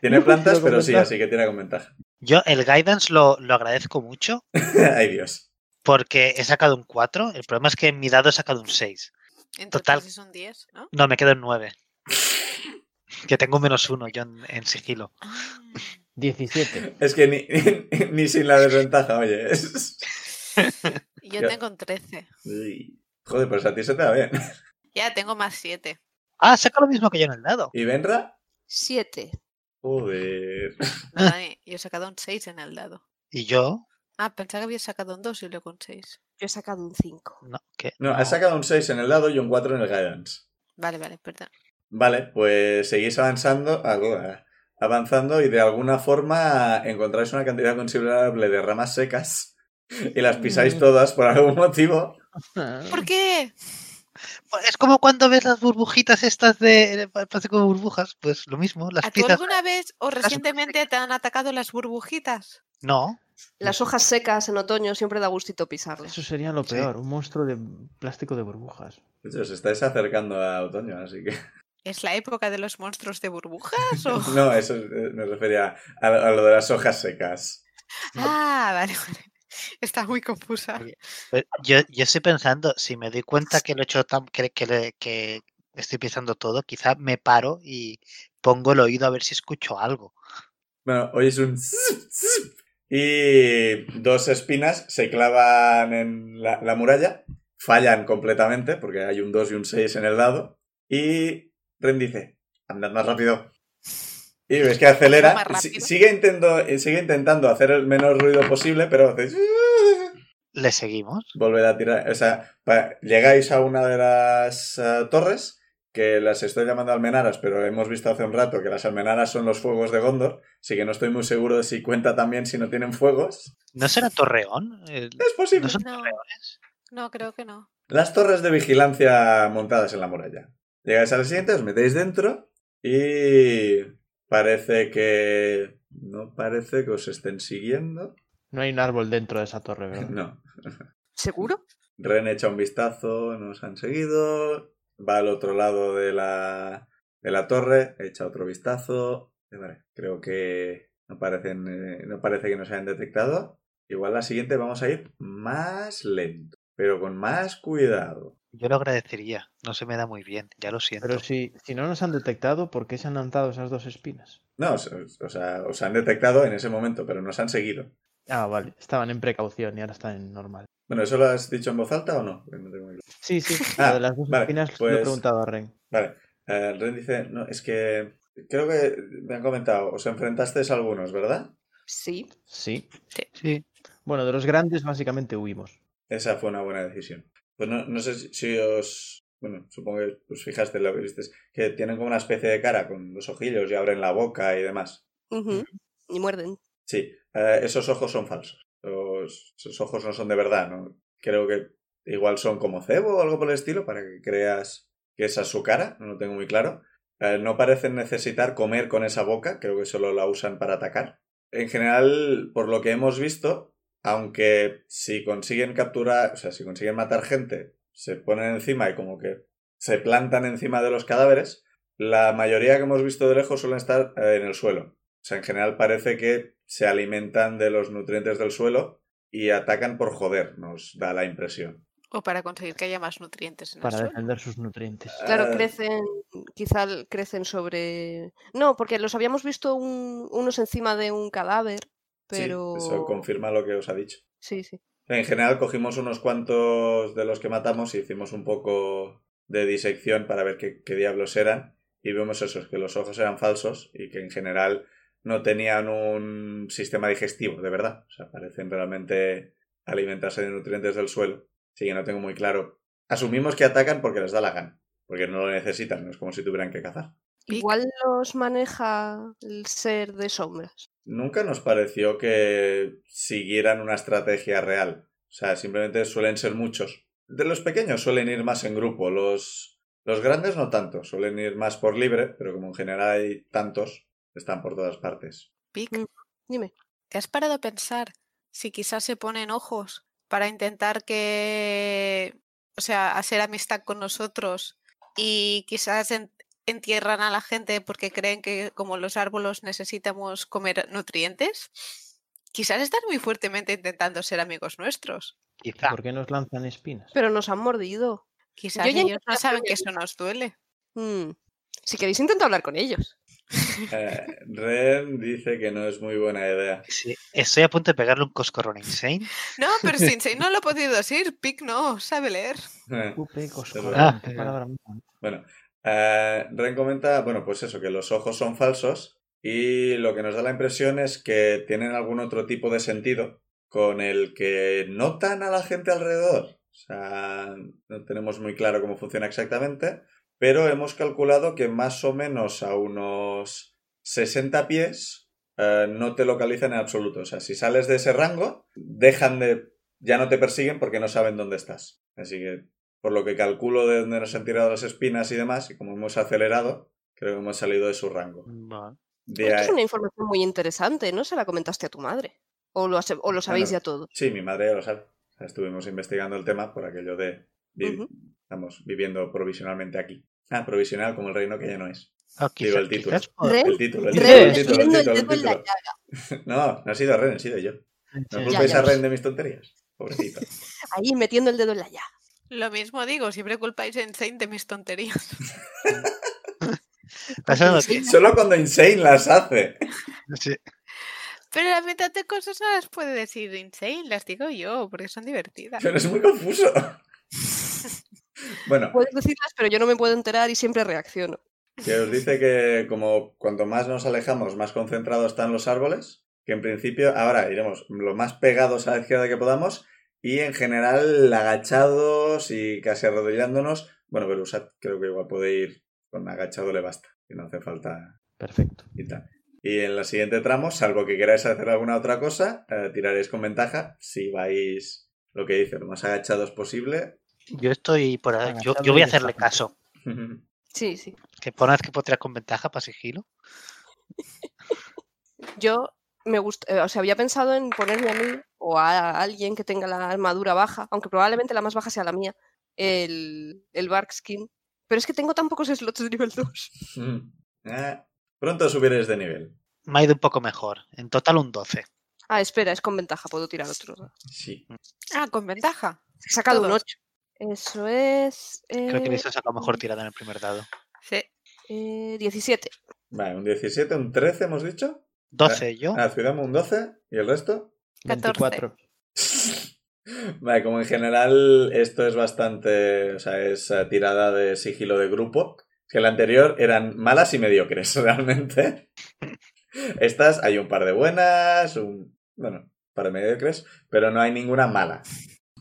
A: Tiene
E: No, pero
A: plantas,
E: con
A: pero sí,
E: ventaja.
A: así que tiene con ventaja.
B: Yo el guidance lo, lo agradezco mucho
A: Ay, Dios.
B: porque he sacado un 4. El problema es que en mi dado he sacado un 6.
F: Entonces
B: Total.
F: es un 10, ¿no?
B: No, me quedo en 9. Que tengo un menos uno yo en, en sigilo.
F: Ah.
E: 17.
A: Es que ni, ni, sin la desventaja, oye. es-
F: Yo
A: Ya.
F: tengo un 13.
A: Uy. Joder, pues a ti se te da bien.
F: Ya, tengo más 7.
B: Ah, saca lo mismo que yo en el dado.
A: ¿Y Benra?
C: Siete.
A: Joder.
F: No, Dani, yo he sacado un 6 en el dado.
B: Y yo.
F: Ah, pensaba que había sacado un 2 y luego un 6.
C: Yo he sacado un cinco.
B: No, ¿qué?
A: No, has sacado un 6 en el dado y un 4 en el guidance.
F: Vale, vale, perdón.
A: Vale, pues seguís avanzando, ah, avanzando y de alguna forma encontráis una cantidad considerable de ramas secas y las pisáis todas por algún motivo.
E: Ah.
F: ¿Por qué?
B: Pues Es como cuando ves las burbujitas estas de. Parece como burbujas. Pues lo mismo. Las
F: ¿A tú
B: pizzas.
F: alguna vez o recientemente te han atacado las burbujitas?
B: No.
C: Las hojas secas en otoño siempre da gustito pisarlas.
E: Eso sería lo
B: Sí.
E: peor, un monstruo de plástico de burbujas.
A: De hecho, Pues os estáis acercando a otoño, así que...
F: ¿Es la época de los monstruos de burbujas? o-
A: No, eso es- eh, me refería a, a lo de las hojas secas.
F: Ah, vale, vale. Está muy confusa.
B: Oye, Pero eh, Yo, yo estoy pensando, si me doy cuenta que lo he hecho tan, que, que le- que estoy pensando todo, quizá me paro y pongo el oído a ver si escucho algo.
A: Bueno, hoy es un... zip, zip, Y dos espinas se clavan en la, la muralla, fallan completamente, porque hay un 2 y un 6 en el dado, y Ren dice, andad más rápido. Y ves que acelera.
F: Más rápido.
A: si- Sigue intentando, sigue intentando hacer el menor ruido posible, pero hace-
B: Le seguimos.
A: volver a tirar. O sea, pa- llegáis a una de las eh, torres, que las estoy llamando almenaras, pero hemos visto hace un rato que las almenaras son los fuegos de Gondor, así que no estoy muy seguro de si cuenta también si no tienen fuegos.
B: ¿No será Torreón? El-
A: Es posible.
B: ¿No son
F: No.
B: torreones?
F: No, creo que no.
A: Las torres de vigilancia montadas en la muralla. Llegáis a la siguiente, os metéis dentro y parece que... No parece que os estén siguiendo.
E: No hay un árbol dentro de esa torre, ¿verdad?
A: No.
B: Mm.
C: ¿Seguro?
A: Ren echa un vistazo, nos han seguido. Va al otro lado de la, de la torre, echa otro vistazo. Eh, Vale, creo que no, parecen, eh, no parece que nos hayan detectado. Igual la siguiente vamos a ir más lento, pero con más cuidado.
B: Yo lo agradecería. No se me da muy bien. Ya lo siento.
E: Pero si, si no nos han detectado, ¿por qué se han lanzado esas dos espinas?
A: No, os- os- o sea, os han detectado en ese momento, pero nos han seguido.
E: Ah, vale. Estaban en precaución y ahora están en normal.
A: Bueno, ¿eso lo has dicho en voz alta o no? No tengo muy claro.
E: Sí, sí.
A: Ah,
E: lo de las dos
A: vale,
E: espinas lo
A: pues-
E: he preguntado a Ren.
A: Vale, eh, Ren dice, no, es que creo que me han comentado, os enfrentasteis a algunos, ¿verdad?
C: Sí.
E: Sí.
B: Sí.
E: Bueno, de los grandes básicamente huimos.
A: Esa fue una buena decisión. Pues no, no sé si, si os. Bueno, supongo que os fijaste en lo que visteis, que tienen como una especie de cara con los ojillos y abren la boca y demás.
B: Mm.
C: Ujú. Y muerden.
A: Sí, eh, esos ojos son falsos. Los- esos ojos no son de verdad, ¿no? Creo que igual son como cebo o algo por el estilo para que creas que esa es su cara, no lo tengo muy claro. Eh, no parecen necesitar comer con esa boca, creo que solo la usan para atacar. En general, por lo que hemos visto, aunque si consiguen capturar, o sea, si consiguen matar gente, se ponen encima y como que se plantan encima de los cadáveres, la mayoría que hemos visto de lejos suelen estar eh, en el suelo. O sea, en general parece que se alimentan de los nutrientes del suelo y atacan por joder, nos da la impresión.
F: O para conseguir que haya más nutrientes en el
E: Para
F: suelo.
E: defender sus nutrientes.
A: Ah,
C: Claro, crecen, quizá l- crecen sobre... No, porque los habíamos visto un- unos encima de un cadáver,
A: sí,
C: pero...
A: eso confirma lo que os ha dicho.
C: Sí, sí.
A: En general cogimos unos cuantos de los que matamos y hicimos un poco de disección para ver qué, qué diablos eran. Y vemos esos, que los ojos eran falsos y que en general no tenían un sistema digestivo, de verdad. O sea, parecen realmente alimentarse de nutrientes del suelo. Así que no tengo muy claro. Asumimos que atacan porque les da la gana. Porque no lo necesitan, no es como si tuvieran que cazar.
F: Pic.
C: Igual los maneja el ser de sombras.
A: Nunca nos pareció que siguieran una estrategia real. O sea, simplemente suelen ser muchos. De los pequeños suelen ir más en grupo, los, los grandes no tanto, suelen ir más por libre, pero como en general hay tantos, están por todas partes.
F: Pic,
C: Mm. Dime.
F: ¿te has parado a pensar si quizás se ponen ojos para intentar que, o sea, hacer amistad con nosotros y quizás en- entierran a la gente porque creen que como los árboles necesitamos comer nutrientes? Quizás están muy fuertemente intentando ser amigos nuestros.
E: ¿Y
B: Quizá.
E: ¿Por qué nos lanzan espinas?
C: Pero nos han mordido.
F: Quizás
C: ya
F: ellos no
C: intenté
F: saben que
C: hacer
F: eso nos duele.
C: Mm. Si queréis, intento hablar con ellos.
A: Eh, Ren dice que no es muy buena idea.
B: Sí, Estoy a punto de pegarle un coscorrón a insane.
F: No, pero Sensei no lo ha podido decir. Pic no sabe leer.
A: Eh,
E: Cupe, coscorrón,
B: verdad.
E: qué palabra más-
A: Bueno, eh, Ren comenta, bueno, pues eso, que los ojos son falsos y lo que nos da la impresión es que tienen algún otro tipo de sentido con el que notan a la gente alrededor. O sea, no tenemos muy claro cómo funciona exactamente, pero hemos calculado que más o menos a unos 60 pies eh, no te localizan en absoluto. O sea, si sales de ese rango, dejan de... ya no te persiguen porque no saben dónde estás. Así que por lo que calculo de dónde nos han tirado las espinas y demás, y como hemos acelerado, creo que hemos salido de su rango.
B: Va.
A: De
C: Esto es
A: ahí-
C: una información muy interesante, ¿no? Se la comentaste a tu madre. O lo, ase- o lo sabéis ya todo.
A: Sí, mi madre ya lo sabe. O sea, Estuvimos investigando el tema por aquello de... vi-
C: Ujú.
A: Estamos viviendo provisionalmente aquí. Ah, provisional como el reino que ya no es.
B: Ah,
A: Digo,
B: quizá-
A: el título.
B: quizás por-
C: Ren-
A: El título, el
E: Ren
A: título, el título, el
C: metiendo el
A: título, el
C: dedo en la
A: título. No, no ha sido Ren, he sido yo. No
E: Sí.
A: culpéis
C: ya
A: a
C: lo
A: Ren de mis tonterías. Pobrecito.
C: Ahí metiendo el dedo en la llaga.
F: Lo mismo digo, siempre culpáis a Insane de mis tonterías.
B: Pasa lo
C: Sí.
B: que-
A: Solo cuando Insane las hace.
B: sí.
F: Pero la mitad de cosas no las puede decir Insane, las digo yo, porque son divertidas.
A: Pero es muy confuso. Bueno, Ah.
C: Puedes decirlas, pero yo no me puedo enterar y siempre reacciono.
A: que os dice que como cuanto más nos alejamos, más concentrados están los árboles, que en principio ahora iremos lo más pegados a la izquierda que podamos y en general agachados y casi arrodillándonos. Bueno, pero Usat creo que igual puede ir con agachado le basta, que no hace falta
E: Perfecto.
A: y tal. Y en el siguiente tramo, salvo que queráis hacer alguna otra cosa, eh, tiraréis con ventaja si vais, lo que dice, lo más agachados posible.
B: Yo estoy por ahí.
E: Venga,
B: Yo,
E: hazlo
B: yo voy a
E: y
B: hacerle
E: despacito.
B: caso.
C: Sí, sí.
B: Que por una vez que puedo tirar con ventaja para sigilo.
C: Yo me gusta, eh, o sea, había pensado en ponerme a mí o a alguien que tenga la armadura baja, aunque probablemente la más baja sea la mía, el, el bark skin. Pero es que tengo tan pocos slots de nivel 2.
A: Ah, pronto subiréis de nivel.
B: Me ha ido un poco mejor. En total un 12.
C: Ah, espera, es con ventaja, puedo tirar otro.
A: Sí.
F: Ah, con ventaja.
C: He sacado un
F: Todos.
C: 8. Eso es.
B: Creo que
C: eh,
B: les ha sacado mejor tirada en el primer dado.
F: Sí.
C: eh, 17.
A: Vale, un 17, un 13 hemos dicho.
B: 12 yo.
A: Ah, Ciudad un 12 y el resto.
E: 24.
A: Vale, como en general esto es bastante, o sea, es eh, tirada de sigilo de grupo, que la anterior eran malas y mediocres, realmente. Estas hay un par de buenas, un, bueno, un par de mediocres, pero no hay ninguna mala.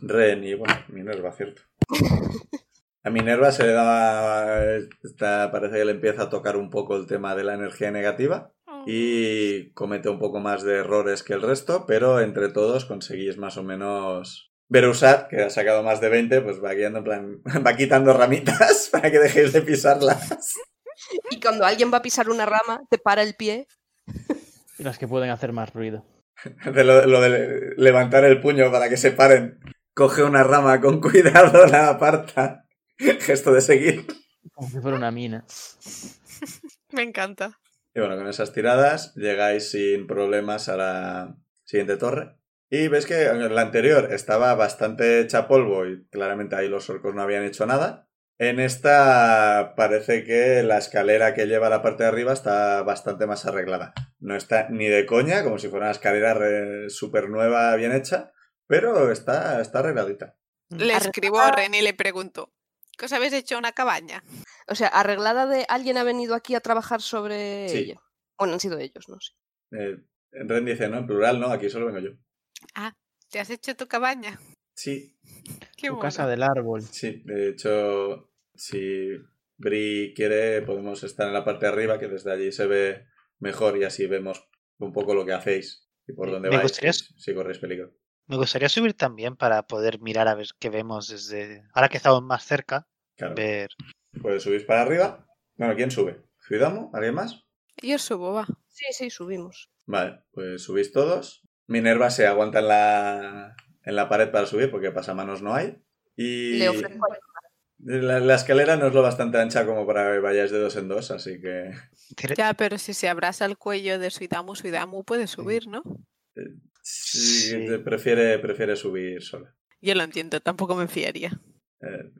A: Ren y, bueno, Minerva, cierto. A Minerva se le da, está- parece que le empieza a tocar un poco el tema de la energía negativa y comete un poco más de errores que el resto, pero entre todos conseguís más o menos... Berusat, que ha sacado más de 20, pues va, guiando en plan, va quitando ramitas para que dejéis de pisarlas.
C: Y cuando alguien va a pisar una rama, te para el pie.
E: Y las que pueden hacer más ruido.
A: De lo, lo de le- levantar el puño para que se paren. Coge una rama con cuidado, la aparta. Gesto de seguir.
E: Como si fuera una mina.
F: Me encanta.
A: Y bueno, con esas tiradas llegáis sin problemas a la siguiente torre. Y ves que la anterior estaba bastante hecha polvo y claramente ahí los orcos no habían hecho nada. En esta parece que la escalera que lleva a la parte de arriba está bastante más arreglada. No está ni de coña, como si fuera una escalera re- súper nueva, bien hecha, pero está, está arregladita.
F: Le escribo a Ren y le pregunto, ¿qué os habéis hecho una cabaña?
C: O sea, arreglada de alguien ha venido aquí a trabajar sobre
A: Sí.
C: ella. Bueno, han sido ellos, no sé.
A: Eh, Ren dice, no, en plural no, aquí solo vengo yo.
F: ¿Te has hecho tu cabaña?
A: Sí,
F: Qué
E: Tu
F: bueno.
E: casa del árbol.
A: Sí, de hecho, si Bri quiere, podemos estar en la parte de arriba, que desde allí se ve mejor y así vemos un poco lo que hacéis y por
B: Me-
A: dónde
B: me
A: vais,
B: gustaría-
A: si, si corréis peligro.
B: Me gustaría subir también para poder mirar a ver qué vemos desde. Ahora que estamos más cerca,
A: Claro,
B: ver.
A: pues subís para arriba. Bueno, ¿quién sube? ¿Ciudadamo? ¿Alguien más?
F: Yo subo, va.
C: Sí, sí, subimos.
A: Vale, pues subís todos. Minerva se aguanta en la, en la pared para subir porque pasamanos no hay. Y
C: Le ofrezco a-
A: la, la escalera no es lo bastante ancha como para que vayáis de dos en dos, así que... Eh.
B: tiene-
F: Ya, pero si se abraza el cuello de Suidamu, Suidamu
A: Mm.
F: puede subir, ¿no?
A: Sí,
B: Sí.
A: Prefiere, prefiere subir sola.
F: Yo lo entiendo, tampoco me fiaría.
A: Eh,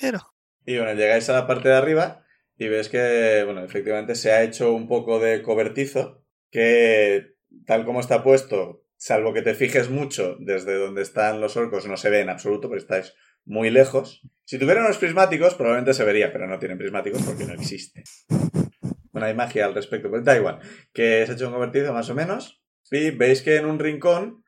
B: Pero.
A: Y bueno, llegáis a la parte de arriba y ves que, bueno, efectivamente se ha hecho un poco de cobertizo que, tal como está puesto, salvo que te fijes mucho desde donde están los orcos, no se ve en absoluto porque estáis muy lejos. Si tuvieran unos prismáticos, probablemente se vería, pero no tienen prismáticos porque no existe. Bueno, hay magia al respecto, pero da igual. Que se ha hecho un cobertizo más o menos. Y veis que en un rincón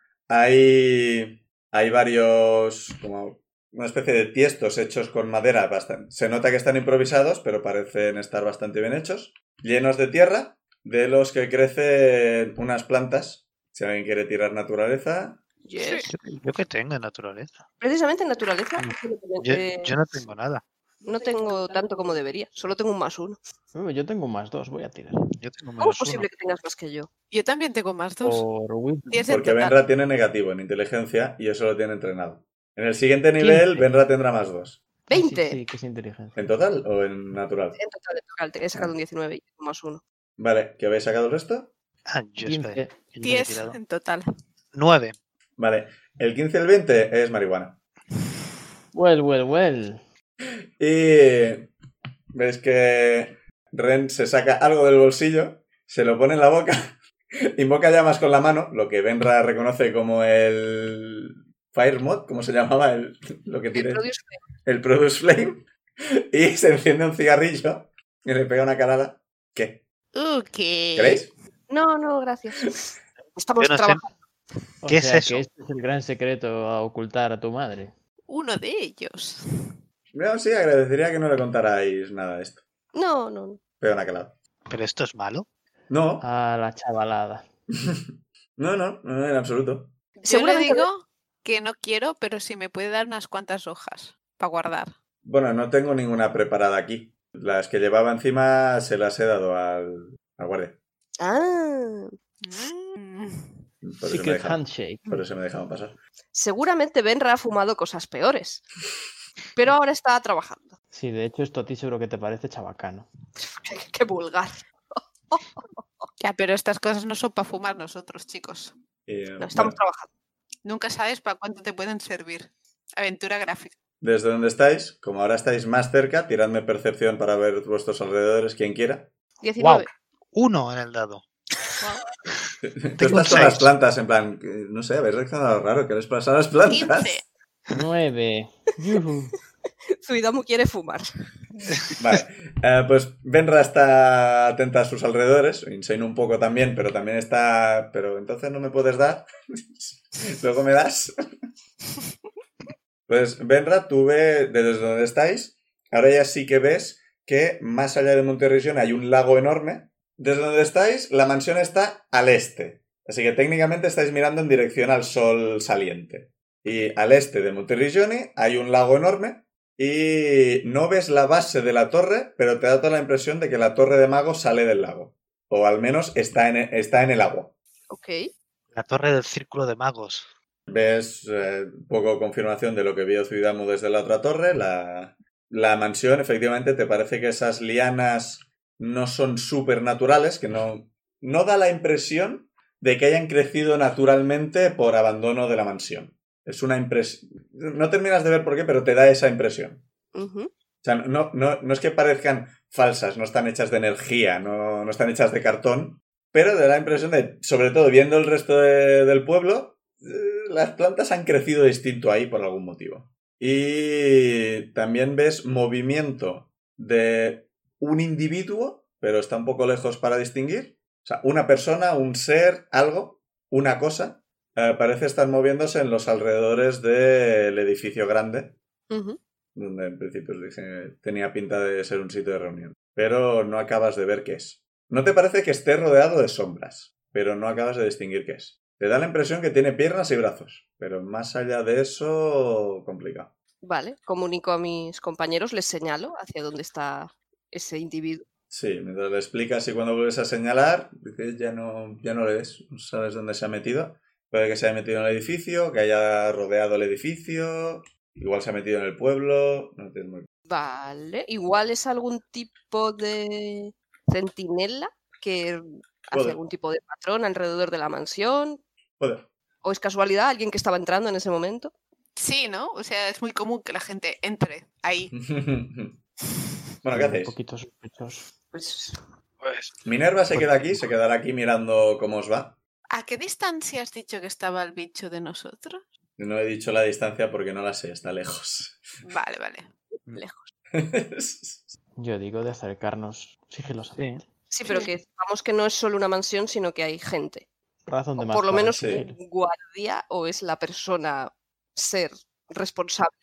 A: hay, hay varios, como una especie de tiestos hechos con madera. Bastante. Se nota que están improvisados, pero parecen estar bastante bien hechos. Llenos de tierra, de los que crecen unas plantas. Si alguien quiere tirar naturaleza.
C: Yes.
B: ¿Yo, yo qué tengo en naturaleza?
C: Precisamente en naturaleza.
B: Mm. Yo,
C: eh,
B: yo no tengo nada.
C: no tengo tanto como debería. Solo tengo un más uno.
E: Uh, yo tengo un más dos, voy a tirar.
B: Yo tengo
C: ¿Cómo
B: menos
C: es posible que tengas más que yo?
F: Yo también tengo más dos.
E: Por wisdom.
F: Diez en
A: Porque
F: total.
A: Benra tiene negativo en inteligencia y eso lo tiene entrenado. En el siguiente nivel,
E: Quince.
A: Benra tendrá más dos.
E: Sí,
C: 20.
E: Sí, que es inteligencia.
A: ¿En total o en natural?
C: En total, en total, he sacado un 19 y tengo más uno.
A: Vale, ¿que habéis sacado el resto?
B: uno. Ah, yo
E: 15.
B: espera, yo no he
F: Diez
B: tirado.
F: en total.
B: Nueve.
A: Vale, el 15 y el 20 es marihuana.
E: Well, well, well.
A: Y ves que Ren se saca algo del bolsillo, se lo pone en la boca, invoca llamas con la mano, lo que Benra reconoce como el Fire Mod, como se llamaba el, lo que
C: El
A: tiene
C: produce-
A: el Produce Flame, y se enciende un cigarrillo Y le pega una calada. ¿Qué?
F: Ok.
A: ¿Queréis?
C: No, no, gracias. Estamos
B: Yo no sé.
C: trabajando.
E: O
B: ¿Qué es
E: sea que
B: eso?
E: este es el gran secreto a ocultar a tu madre.
F: Uno de ellos.
A: Yo sí agradecería que no le contarais nada de esto.
C: No, no, no.
A: Pega una calada.
B: Pero esto es malo.
A: No,
E: A la chavalada.
A: no, no, no, en absoluto.
F: Yo le
C: Seguramente-
F: digo que no quiero, pero si me puede dar unas cuantas hojas para guardar.
A: Bueno, no tengo ninguna preparada aquí. Las que llevaba encima se las he dado al, al guardia.
C: Ah,
F: Mm.
A: Por eso, me
E: Secret
A: dejaron,
E: handshake.
A: por eso me dejaron pasar.
C: seguramente Benra ha fumado cosas peores. Pero ahora está trabajando.
E: Sí, de hecho, esto a ti seguro que te parece chabacano.
C: Qué vulgar.
F: Ya, pero estas cosas no son para fumar nosotros, chicos.
A: Y, eh,
C: No, estamos
A: bueno,
C: trabajando.
F: Nunca sabes para cuánto te pueden servir. Aventura gráfica.
A: desde donde estáis, como ahora estáis más cerca, tiradme percepción para ver vuestros alrededores, quien quiera.
C: 19.
B: Uno en el dado.
A: Tú
B: Tengo un
A: estás con las
B: seis.
A: plantas, en plan, que- no sé, habéis reaccionado raro, ¿qué les pasa a las plantas?
F: 15.
E: Nueve. Yujú.
C: Zuidamu quiere fumar.
A: Vale, eh, pues Benra está atenta a sus alrededores, Insane un poco también, pero también está... Pero entonces no me puedes dar, luego me das. Pues Benra, tú ves desde donde estáis, ahora ya sí que ves que más allá de Monterrisión hay un lago enorme. Desde donde estáis, la mansión está al este, así que técnicamente estáis mirando en dirección al sol saliente. Y al este de Monterrisione hay un lago enorme y no ves la base de la torre, pero te da toda la impresión de que la torre de mago sale del lago. O al menos está en, e, está en el agua.
C: Ok.
B: La torre del círculo de magos.
A: Ves eh, un poco confirmación de lo que vio Zuidamu desde la otra torre. La, la mansión, efectivamente, te parece que esas lianas no son supernaturales, que no, no da la impresión de que hayan crecido naturalmente por abandono de la mansión. Es una impresión... No terminas de ver por qué, pero te da esa impresión.
C: Ujú.
A: O sea, no, no, no es que parezcan falsas, no están hechas de energía, no, no están hechas de cartón, pero te da la impresión de, sobre todo viendo el resto de- del pueblo, eh, las plantas han crecido distinto ahí por algún motivo. Y también ves movimiento de un individuo, pero está un poco lejos para distinguir. O sea, una persona, un ser, algo, una cosa, eh, parece estar moviéndose en los alrededores del edificio grande
C: Ujú.
A: donde en principio os dije tenía pinta de ser un sitio de reunión. Pero no acabas de ver qué es. No te parece que esté rodeado de sombras, pero no acabas de distinguir qué es. Te da la impresión que tiene piernas y brazos, pero más allá de eso, complicado.
C: Vale. Comunico a mis compañeros, les señalo hacia dónde está ese individuo.
A: Sí, mientras le explicas y cuando vuelves a señalar, dices, ya no, ya no le ves, no sabes dónde se ha metido. Puede que se haya metido en el edificio, que haya rodeado el edificio, igual se ha metido en el pueblo, no tienes muy
C: Vale. Igual es algún tipo de centinela que hace
A: Joder.
C: algún tipo de patrón alrededor de la mansión.
A: Joder.
C: ¿O es casualidad alguien que estaba entrando en ese momento?
F: Sí, ¿no? O sea, es muy común que la gente entre
A: Mm.
F: ahí.
A: bueno, ¿qué
E: Un
A: hacéis?
E: poquito sospechoso.
C: Pues
B: Pues
A: Minerva se queda aquí, se quedará aquí mirando cómo os va.
F: ¿A qué distancia has dicho que estaba el bicho de nosotros?
A: No he dicho la distancia porque no la sé, está lejos.
F: Vale, vale.
E: Yo digo de acercarnos sigilosamente.
C: sí, pero
F: Sí.
C: que vamos que no es solo una mansión, sino que hay gente.
E: Razón de
C: O
E: más.
C: por lo
E: para
C: menos
A: sí.
E: decir.
C: un guardia o es la persona ser responsable.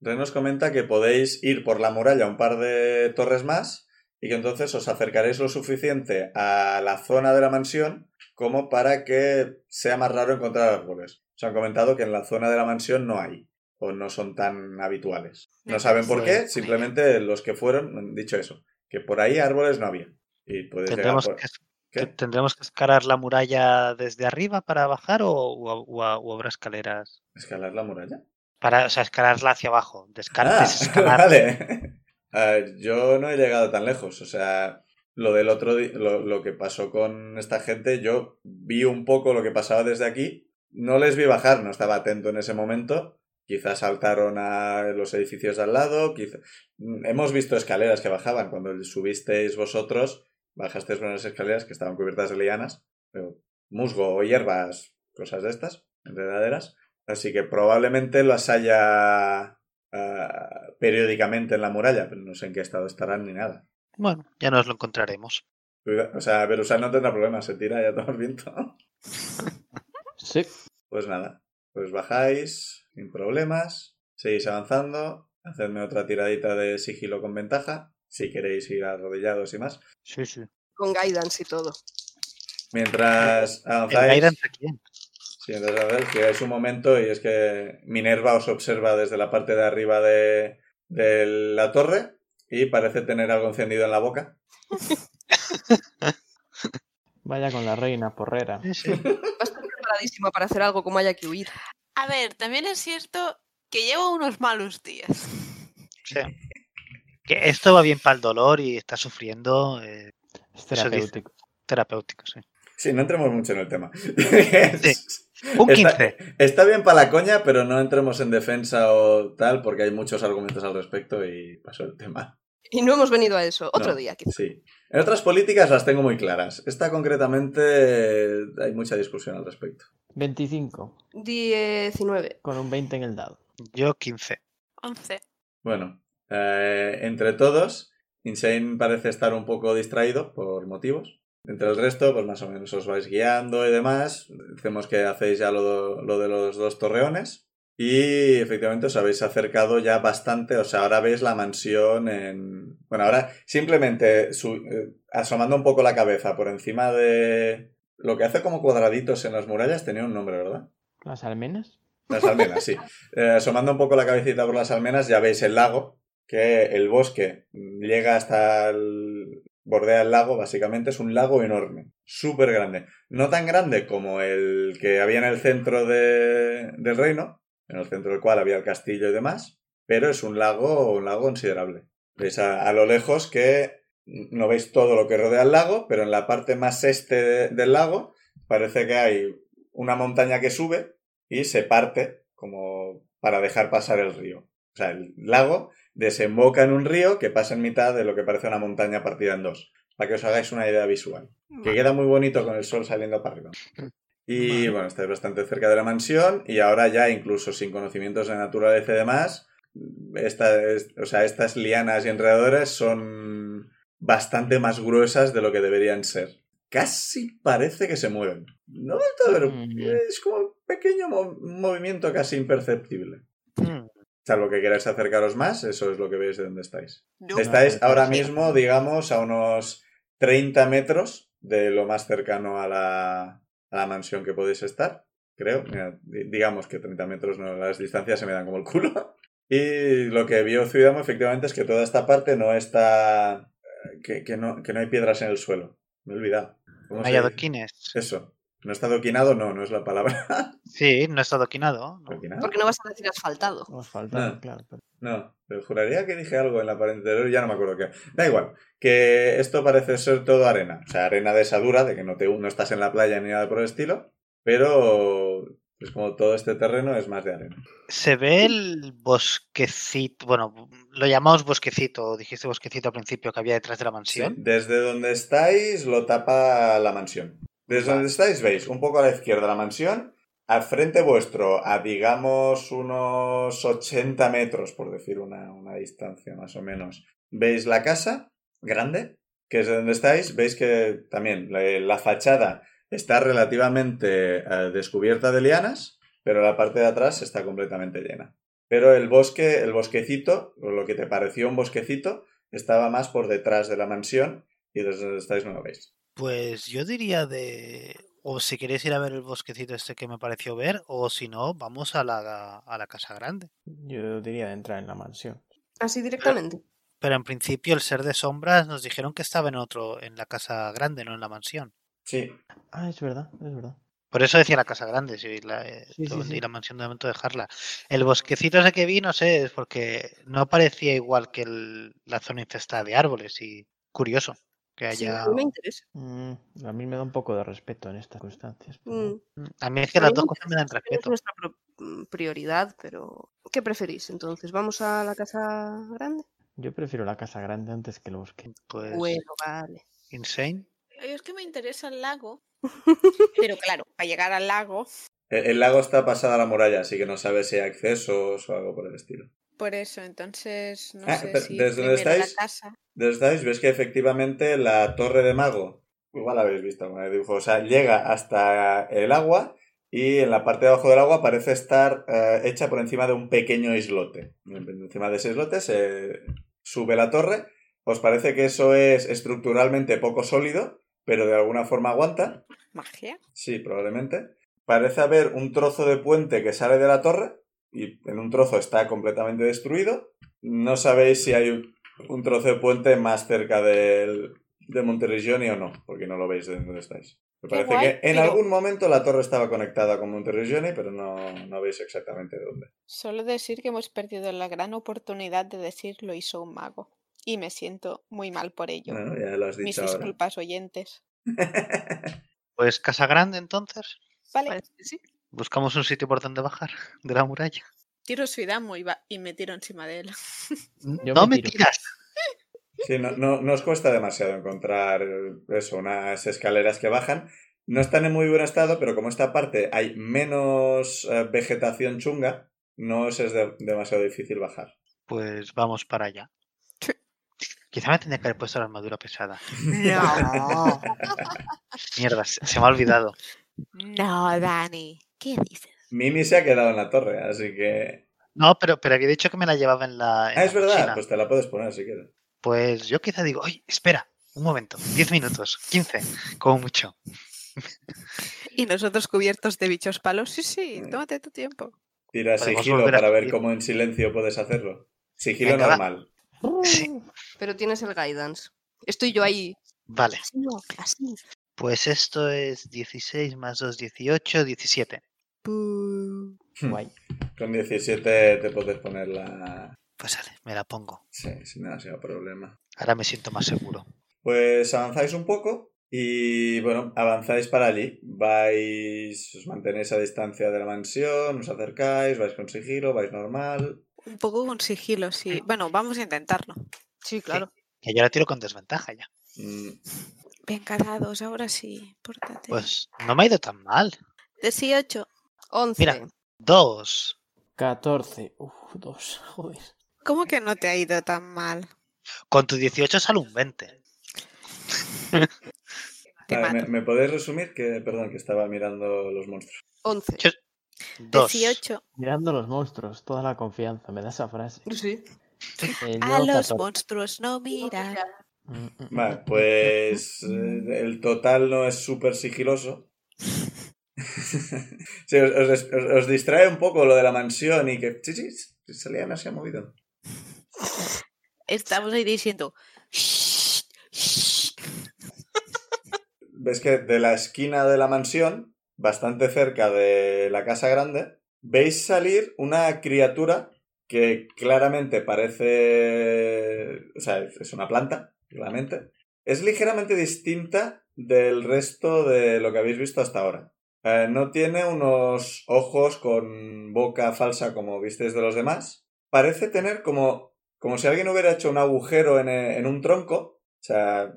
A: Ren nos comenta que podéis ir por la muralla un par de torres más y que entonces os acercaréis lo suficiente a la zona de la mansión como para que sea más raro encontrar árboles. Os han comentado que en la zona de la mansión no hay o no son tan habituales. No saben por qué, simplemente los que fueron han dicho eso, que por ahí árboles no había. Y podéis llegar
B: tendremos
A: por-
B: que,
A: pues, ¿Qué?
B: tendremos que escalar la muralla desde arriba para bajar o, o- o- o habrá escaleras.
A: ¿Escalar la muralla?
B: Para, o sea, escalarla hacia abajo. Descar
A: Ah,
B: desescalar.
A: vale. A ver, yo no he llegado tan lejos. O sea, lo del otro di- lo, lo que pasó con esta gente, yo vi un poco lo que pasaba desde aquí. No les vi bajar, no estaba atento en ese momento. Quizás saltaron a los edificios de al lado. Quizá... Mm, Hemos visto escaleras que bajaban. Cuando subisteis vosotros, bajasteis por unas escaleras que estaban cubiertas de lianas, pero musgo o hierbas, cosas de estas, enredaderas. Así que probablemente las haya ah, periódicamente en la muralla, pero no sé en qué estado estarán ni nada.
B: Bueno, ya nos lo encontraremos.
A: Cuida- O sea, Berusan no tendrá problemas, se tira ya todo el viento.
E: Sí.
A: Pues nada, pues bajáis sin problemas, seguís avanzando, hacedme otra tiradita de sigilo con ventaja, si queréis ir arrodillados y más.
B: Sí, sí.
C: Con guidance y todo.
A: Mientras
B: ¿El
A: avanzáis,
B: guidance ¿eh? a quién?
A: sí, mientras avanzáis, llegáis un momento y es que Minerva os observa desde la parte de arriba de, de la torre y parece tener algo encendido en la boca.
E: Vaya con la reina porrera.
B: Sí, sí.
C: Va a estar preparadísima para hacer algo como haya que huir.
F: A ver, también es cierto que llevo unos malos días.
B: Sí. Que esto va bien para el dolor y está sufriendo eh,
E: Es
B: Eso dice.
E: terapéutico.
B: terapéutico, sí.
A: Sí, no entremos mucho en el tema.
B: Un
A: Está-
B: 15.
A: Está bien para la coña, pero no entremos en defensa o tal, porque hay muchos argumentos al respecto y pasó el tema.
C: Y no hemos venido a eso. Otro
A: No.
C: día, quizá.
A: Sí. En otras políticas las tengo muy claras. Esta concretamente eh, hay mucha discusión al respecto.
E: 25,
C: 19.
E: con un 20 en el dado.
B: Yo 15.
F: 11.
A: Bueno, eh, entre todos, Insane parece estar un poco distraído por motivos. Entre el resto, pues más o menos os vais guiando y demás. Decimos que hacéis ya lo, lo de los dos torreones. Y efectivamente os habéis acercado ya bastante. O sea, ahora veis la mansión en. Bueno, ahora simplemente su- eh, asomando un poco la cabeza por encima de. Lo que hace como cuadraditos en las murallas tenía un nombre, ¿verdad?
E: Las almenas.
A: Las almenas, sí. Eh, asomando un poco la cabecita por las almenas, ya veis el lago, que el bosque llega hasta el... bordea el lago, básicamente es un lago enorme, súper grande. No tan grande como el que había en el centro de- del reino, en el centro del cual había el castillo y demás, pero es un lago, un lago considerable. Veis a, a lo lejos que no veis todo lo que rodea el lago, pero en la parte más este de- del lago parece que hay una montaña que sube y se parte como para dejar pasar el río. O sea, el lago desemboca en un río que pasa en mitad de lo que parece una montaña partida en dos, para que os hagáis una idea visual. Que queda muy bonito con el sol saliendo para arriba. Y bueno, estáis bastante cerca de la mansión y ahora ya incluso sin conocimientos de naturaleza y demás, esta es- o sea, estas lianas y enredadores son bastante más gruesas de lo que deberían ser. Casi parece que se mueven. No del todo, pero
E: Mm.
A: es como un pequeño mo- movimiento casi imperceptible.
B: Mm,
A: Pues Salvo que queráis acercaros más, eso es lo que veis de donde estáis.
F: No.
A: Estáis ahora
E: sí.
A: mismo, digamos, a unos 30 metros de lo más cercano a la, a la mansión que podéis estar, creo. Mira, di- digamos que 30 metros, no, las distancias se me dan como el culo. Y lo que vio Zuidamo efectivamente es que toda esta parte no está... eh, que, que no, que no hay piedras en el suelo. Me he olvidado. ¿Cómo
B: No
A: se
B: hay
A: dice?
B: adoquines.
A: Eso. ¿No está adoquinado? No, no es la palabra.
B: Sí, no está adoquinado. ¿no?
A: ¿Adoquinado?
C: Porque no vas a decir asfaltado.
E: Nos faltaba,
A: Ah.
E: claro. pero-
A: No, pero juraría que dije algo en la pared anterior y ya no me acuerdo qué. Da igual, que esto parece ser todo arena. O sea, arena de esa dura, de que no, te, no estás en la playa ni nada por el estilo, pero es como todo este terreno es más de arena.
B: Se ve el bosquecito. Bueno, lo llamamos bosquecito. Dijiste bosquecito al principio que había detrás de la mansión.
A: Desde donde estáis lo tapa la mansión. Desde donde estáis veis un poco a la izquierda la mansión, al frente vuestro a digamos unos 80 metros, por decir una, una distancia más o menos, veis la casa grande, que es de donde estáis, veis que también la, la fachada está relativamente eh, descubierta de lianas, pero la parte de atrás está completamente llena. Pero el bosque, el bosquecito, o lo que te pareció un bosquecito, estaba más por detrás de la mansión y desde donde estáis no lo veis.
B: Pues yo diría de. O si queréis ir a ver el bosquecito este que me pareció ver, o si no, vamos a la, a la casa grande.
E: Yo diría de entrar en la mansión.
C: Así directamente.
B: Pero en principio el ser de sombras nos dijeron que estaba en otro, en la casa grande, no en la mansión.
A: Sí,
E: Ah, es verdad, es verdad.
B: Por eso decía la casa grande, si la, eh,
E: Sí, sí,
B: lo-
E: sí.
B: y la mansión de momento dejarla. El bosquecito ese que vi, no sé, es porque no parecía igual que el- la zona infestada de árboles y curioso que
C: Sí,
B: haya...
C: no me interesa.
E: Mm, a mí me da un poco de respeto en estas circunstancias. pero-
C: Mm,
B: A mí es que
C: A mí
B: las
C: me
B: dos cosas me dan
C: interesa, pero es
B: respeto.
C: nuestra pro- mm, prioridad, pero... ¿Qué preferís entonces? ¿Vamos a la casa grande?
E: Yo prefiero la casa grande antes que el bosque.
B: Pues
C: Bueno, vale.
B: insane.
F: Es que me interesa el lago. Pero claro, para llegar al lago,
A: El, el lago está pasada la muralla, así que no sabe si hay accesos o algo por el estilo.
F: Por eso, entonces, no
A: Ah,
F: sé
A: pero
F: si
A: desde donde
F: primero la
A: estáis-
F: casa.
A: Desde ahí ves que efectivamente la torre de mago, igual la habéis visto con el dibujo, o sea, llega hasta el agua y en la parte de abajo del agua parece estar eh, hecha por encima de un pequeño islote. Encima de ese islote se sube la torre. Os parece que eso es estructuralmente poco sólido, pero de alguna forma aguanta.
F: Magia.
A: Sí, probablemente. Parece haber un trozo de puente que sale de la torre y en un trozo está completamente destruido. No sabéis si hay un- un trozo de puente más cerca del, de Monterrigioni o no, porque no lo veis de donde estáis. Me
F: Qué
A: parece
F: guay,
A: que en
F: pero-
A: algún momento la torre estaba conectada con Monterrigioni, pero no, no veis exactamente dónde.
F: Solo decir que hemos perdido la gran oportunidad de decir lo hizo un mago. Y me siento muy mal por ello.
A: Bueno, ya Ah, lo has
F: Mis
A: dicho ahora.
F: disculpas, oyentes.
B: Pues Casa Grande, entonces.
F: Vale,
C: Parece que sí.
B: Buscamos un sitio por donde bajar de la muralla.
F: tiro su idamo y, va- y me tiro encima de él.
E: Yo
B: no
E: me
B: me,
E: tiro.
B: tiras.
A: Sí, no, no, no os cuesta demasiado encontrar eh, eso, unas escaleras que bajan. No están en muy buen estado, pero como esta parte hay menos eh, vegetación chunga, no os es de- demasiado difícil bajar.
B: Pues vamos para allá.
F: Sí.
B: Quizá me tendría que haber puesto la armadura pesada.
F: No,
B: Mierda, se se me ha olvidado.
F: no, Dani. ¿Qué dices?
A: Mimi se ha quedado en la torre, así que...
B: No, pero, pero había dicho que me la llevaba en la. en
A: Ah, es
B: la
A: verdad,
B: mochila.
A: pues te la puedes poner si quieres.
B: Pues yo quizá digo, oye, espera, un momento, 10 minutos, 15, como mucho.
F: Y nosotros cubiertos de bichos palos. Sí,
A: Mm.
F: sí, tómate tu tiempo.
A: Tira
B: Podemos
A: sigilo
B: volver a
A: para ver
B: subir.
A: cómo en silencio puedes hacerlo. Sigilo
B: Venga, va.
A: normal.
B: Sí.
C: Uh, Pero tienes el guidance. Estoy yo ahí.
B: Vale,
C: Así no, así.
B: pues esto es 16 más 2, 18, 17.
F: Pu-
E: Guay.
A: Con 17 te puedes poner la...
B: Pues vale, me la pongo.
A: Sí, sin demasiado problema.
B: Ahora me siento más seguro.
A: Pues avanzáis un poco y bueno, avanzáis para allí. Vais, os mantenéis a distancia de la mansión, os acercáis, vais con sigilo, vais normal.
F: Un poco con sigilo,
A: Mm.
F: sí. Bueno, vamos a intentarlo.
C: Sí, claro.
B: Que yo la tiro con desventaja ya.
A: Mm,
F: Venga, dados, ahora sí, pórtate.
B: Pues no me ha ido tan mal.
F: 18.
C: 11.
B: Mira. Dos.
E: 14. Uf, 2. Joder.
F: ¿Cómo que no te ha ido tan mal?
B: Con tu 18 sale un 20.
F: Te
A: vale,
F: mato.
A: ¿me, me podéis resumir? Que, perdón, que estaba mirando los monstruos.
C: 11.
B: Yo- Dos.
F: 18.
E: Mirando los monstruos, toda la confianza. Me da esa frase.
C: Sí.
E: Eh, yo
F: A los
E: 14.
F: monstruos no mira.
E: Mm, mm, mm,
A: Vale,
E: mm,
A: pues eh, el total no es súper sigiloso. Sí, os, os des- os- os distrae un poco lo de la mansión y que... Sí, sí, sí, salía, no se ha movido.
F: Estamos ahí diciendo. "Shh, shh".
A: ves que de la esquina de la mansión, bastante cerca de la casa grande, veis salir una criatura que claramente parece... O sea, es una planta, claramente. Es ligeramente distinta del resto de lo que habéis visto hasta ahora. Eh, no tiene unos ojos con boca falsa como visteis de los demás. Parece tener como, como si alguien hubiera hecho un agujero en, eh, en un tronco. O sea,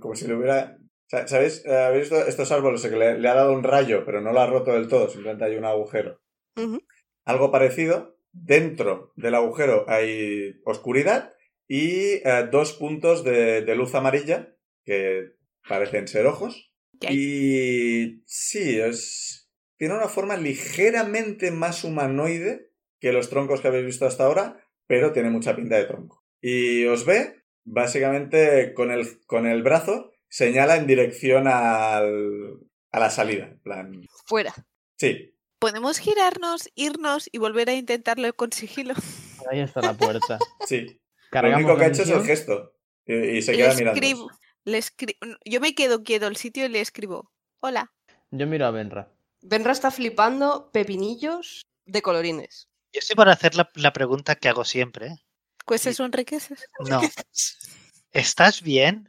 A: como si le hubiera Sa- ¿Sabéis? Eh, ¿Habéis visto estos árboles que le, le ha dado un rayo, pero no lo ha roto del todo? Simplemente hay un agujero.
C: Ujú.
A: Algo parecido. Dentro del agujero hay oscuridad y eh, dos puntos de, de luz amarilla que parecen ser ojos.
F: ¿Qué hay?
A: Y sí, es, tiene una forma ligeramente más humanoide que los troncos que habéis visto hasta ahora, pero tiene mucha pinta de tronco. Y os ve básicamente con el, con el brazo señala en dirección al, a la salida. en plan,
C: Fuera.
A: sí,
F: Podemos girarnos, irnos y volver a intentarlo con sigilo.
E: Ahí está la puerta.
A: sí. Lo
E: Cargamos
A: único que
E: la
A: ha hecho es el
E: misión.
A: gesto. Y, y se
F: Le
A: queda mirando.
F: escribo. le escri- Yo me quedo quieto el sitio y le escribo. Hola.
E: Yo miro a Benra.
C: Benra está flipando pepinillos de colorines.
B: Yo estoy para hacer la, la pregunta que hago siempre. ¿eh?
F: ¿Cueces o pues enriqueces?
B: No. ¿Estás bien?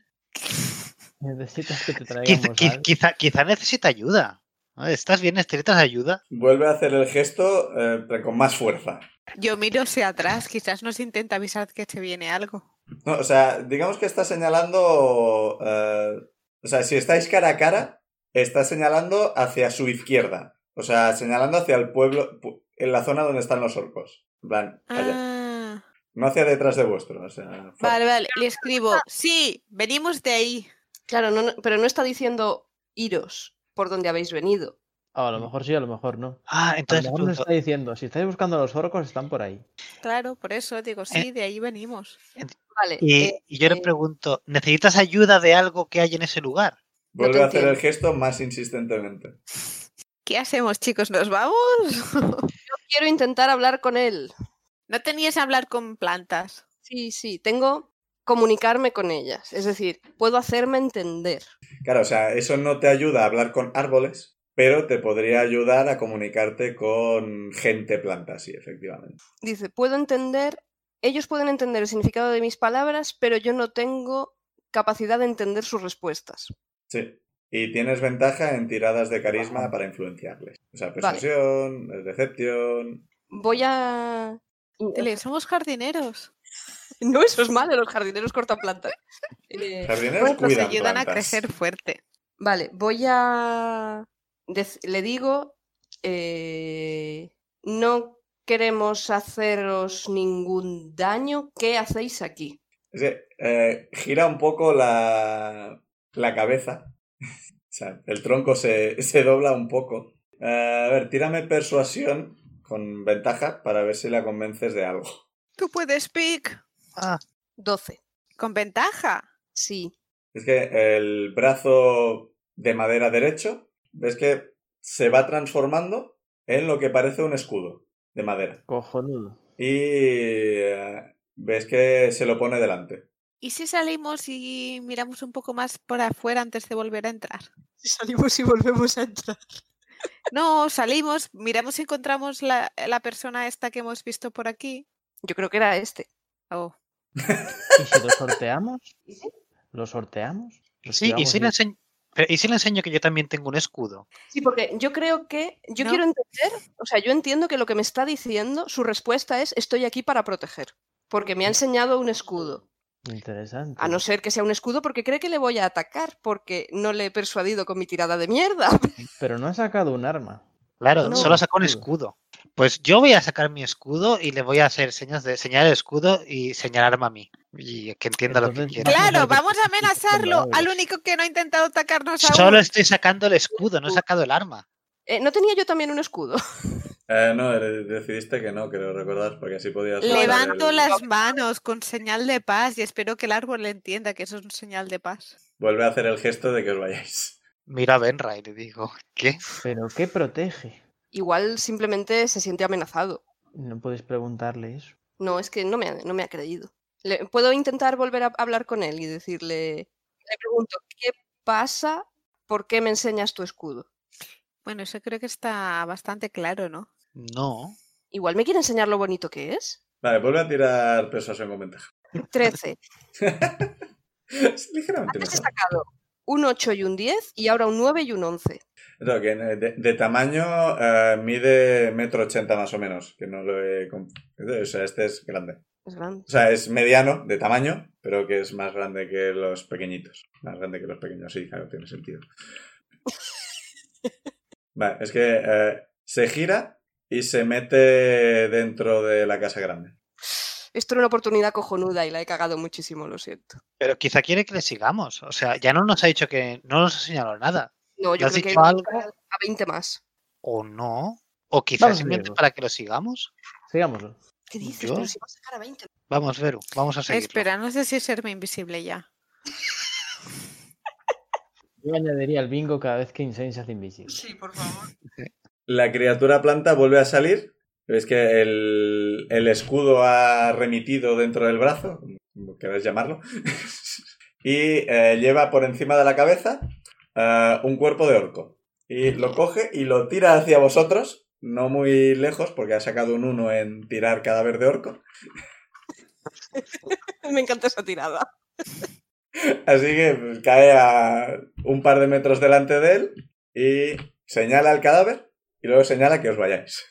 E: Necesitas que te
B: Quiz-
E: traigamos
B: quiz-
E: algo?
B: quizá, quizá necesita ayuda. ¿no? ¿Estás bien? ¿Necesitas ayuda?
A: Vuelve a hacer el gesto eh, pero con más fuerza.
F: Yo miro hacia atrás, quizás nos intenta avisar que se viene algo.
A: No, o sea, digamos que está señalando. eh, o sea, si estáis cara a cara, está señalando hacia su izquierda. O sea, señalando hacia el pueblo. pu- En la zona donde están los orcos. En plan, allá.
F: Ah,
A: No hacia detrás de vuestro. O sea, fuera.
F: Vale, vale, le escribo, sí, venimos de ahí.
C: Claro, no- no- pero no está diciendo iros por donde habéis venido.
E: Ah, a lo mejor sí, a lo mejor no.
B: Ah,
E: A lo
B: entonces
E: mejor nos
B: pregunto,
E: está diciendo, si estáis buscando a los orcos, están por ahí.
F: Claro, por eso digo, sí, de ahí venimos.
C: Vale.
B: y,
C: eh,
B: y yo le
C: eh,
B: pregunto, ¿necesitas ayuda de algo que hay en ese lugar?
C: No te
A: Vuelve a hacer el
C: entiendo.
A: gesto más insistentemente.
F: ¿Qué hacemos, chicos? ¿Nos vamos?
C: quiero intentar hablar con él.
F: No tenías que hablar con plantas.
C: Sí, sí, tengo comunicarme con ellas. Es decir, puedo hacerme entender.
A: Claro, o sea, eso no te ayuda a hablar con árboles, pero te podría ayudar a comunicarte con gente planta, sí, efectivamente.
C: Dice, puedo entender, ellos pueden entender el significado de mis palabras, pero yo no tengo capacidad de entender sus respuestas.
A: Sí. Y tienes ventaja en tiradas de carisma para influenciarles. O sea, persuasión, decepción.
C: Voy a...
F: Dile, somos jardineros.
C: No, eso es malo, los jardineros cortan plantas. Eh,
A: Jardineros
F: Nos
A: cuidan
F: ayudan a
A: plantas.
F: crecer fuerte.
C: Vale, voy a... dec- Le digo, eh, no queremos haceros ningún daño. ¿Qué hacéis aquí?
A: Es que, eh, gira un poco la, la cabeza. O sea, el tronco se, se dobla un poco. Eh, a ver, tírame persuasión con ventaja para ver si la convences de algo.
F: Tú puedes, Pic.
B: Ah,
C: 12.
F: Con ventaja.
C: Sí.
A: Es que el brazo de madera derecho, ves que se va transformando en lo que parece un escudo de madera.
E: Cojonudo.
A: Y eh, ves que se lo pone delante.
F: ¿Y si salimos y miramos un poco más por afuera antes de volver a entrar?
C: Salimos y volvemos a entrar.
F: No, salimos, miramos si encontramos la, la persona esta que hemos visto por aquí.
C: Yo creo que era este.
F: Oh,
E: ¿Y si lo sorteamos? ¿Lo sorteamos? Los
B: sí, y
E: llevamos y-
B: si, le enseño, pero ¿y si le enseño que yo también tengo un escudo?
C: Sí, porque yo creo que, yo
F: No.
C: quiero entender, o sea, yo entiendo que lo que me está diciendo, su respuesta es, estoy aquí para proteger, porque me ha enseñado un escudo.
E: Interesante.
C: A no ser que sea un escudo porque cree que le voy a atacar, porque no le he persuadido con mi tirada de mierda.
E: Pero no ha sacado un arma.
B: Claro,
C: Ah, No,
B: solo saca un
E: escudo.
B: escudo. Pues yo voy a sacar mi escudo y le voy a hacer señas de señalar el escudo y señalarme a mí. Y que entienda lo que
E: Entonces,
B: quiera.
E: Vamos a
F: claro,
E: ver qué
F: vamos a
E: pasa con
F: amenazarlo al
E: Davos.
F: único que no ha intentado atacarnos aún.
B: Solo estoy sacando el escudo, no he sacado el arma.
C: Eh, ¿No tenía yo también un escudo?
A: Eh, no, eh, decidiste que no, creo recordar, porque así podías... usar
F: Levanto
A: el-
F: las manos con señal de paz y espero que el árbol entienda que eso es un señal de paz.
A: Vuelve a hacer el gesto de que os vayáis.
B: Miro a Benra y le digo, ¿qué?
E: ¿Pero qué protege?
C: Igual simplemente se siente amenazado.
E: No podéis preguntarle eso.
C: No, es que no me ha, no me ha creído. Le- puedo intentar volver a hablar con él y decirle, le pregunto, ¿qué pasa? ¿Por qué me enseñas tu escudo?
F: Bueno, eso creo que está bastante claro, ¿no?
B: No.
C: Igual me quiere enseñar lo bonito que es.
A: Vale, vuelve a tirar persuasión con ventaja.
C: 13.
A: Es ligeramente
C: Antes he
A: mejor.
C: sacado un 8 y un 10 y ahora un 9 y un 11.
A: No, que eh, de, de tamaño eh, mide metro ochenta más o menos, que no lo he... comp- O sea, este es grande.
C: Es grande.
A: O sea, es mediano de tamaño, pero que es más grande que los pequeñitos. Más grande que los pequeños, sí, claro, tiene sentido. Vale, es que eh, se gira y se mete dentro de la casa grande.
C: Esto era una oportunidad cojonuda y la he cagado muchísimo, lo siento.
B: Pero quizá quiere que le sigamos. O sea, ya no nos ha dicho que no nos ha señalado nada.
C: No,
B: ¿Le
C: yo
B: has
C: creo que
B: dicho algo?
C: a 20 más.
B: O no. O
E: Vamos,
B: quizás simplemente
E: Diego.
B: para que lo sigamos.
E: Sigámoslo.
C: ¿Qué dices?
B: ¿Yo?
C: Pero si vas a sacar a 20.
B: Vamos, Veru, vamos a seguir.
F: Espera, no sé si es serme invisible ya.
E: Yo añadiría el bingo cada vez que Insane se hace invisible.
C: por favor.
A: La criatura planta vuelve a salir. Ves que el, el escudo ha remitido dentro del brazo, como queráis llamarlo. y eh, lleva por encima de la cabeza eh, un cuerpo de orco. Y lo coge y lo tira hacia vosotros, no muy lejos, porque ha sacado un 1 en tirar cadáver de orco.
C: Me encanta esa tirada.
A: Así que pues, cae a un par de metros delante de él y señala el cadáver y luego señala que os vayáis.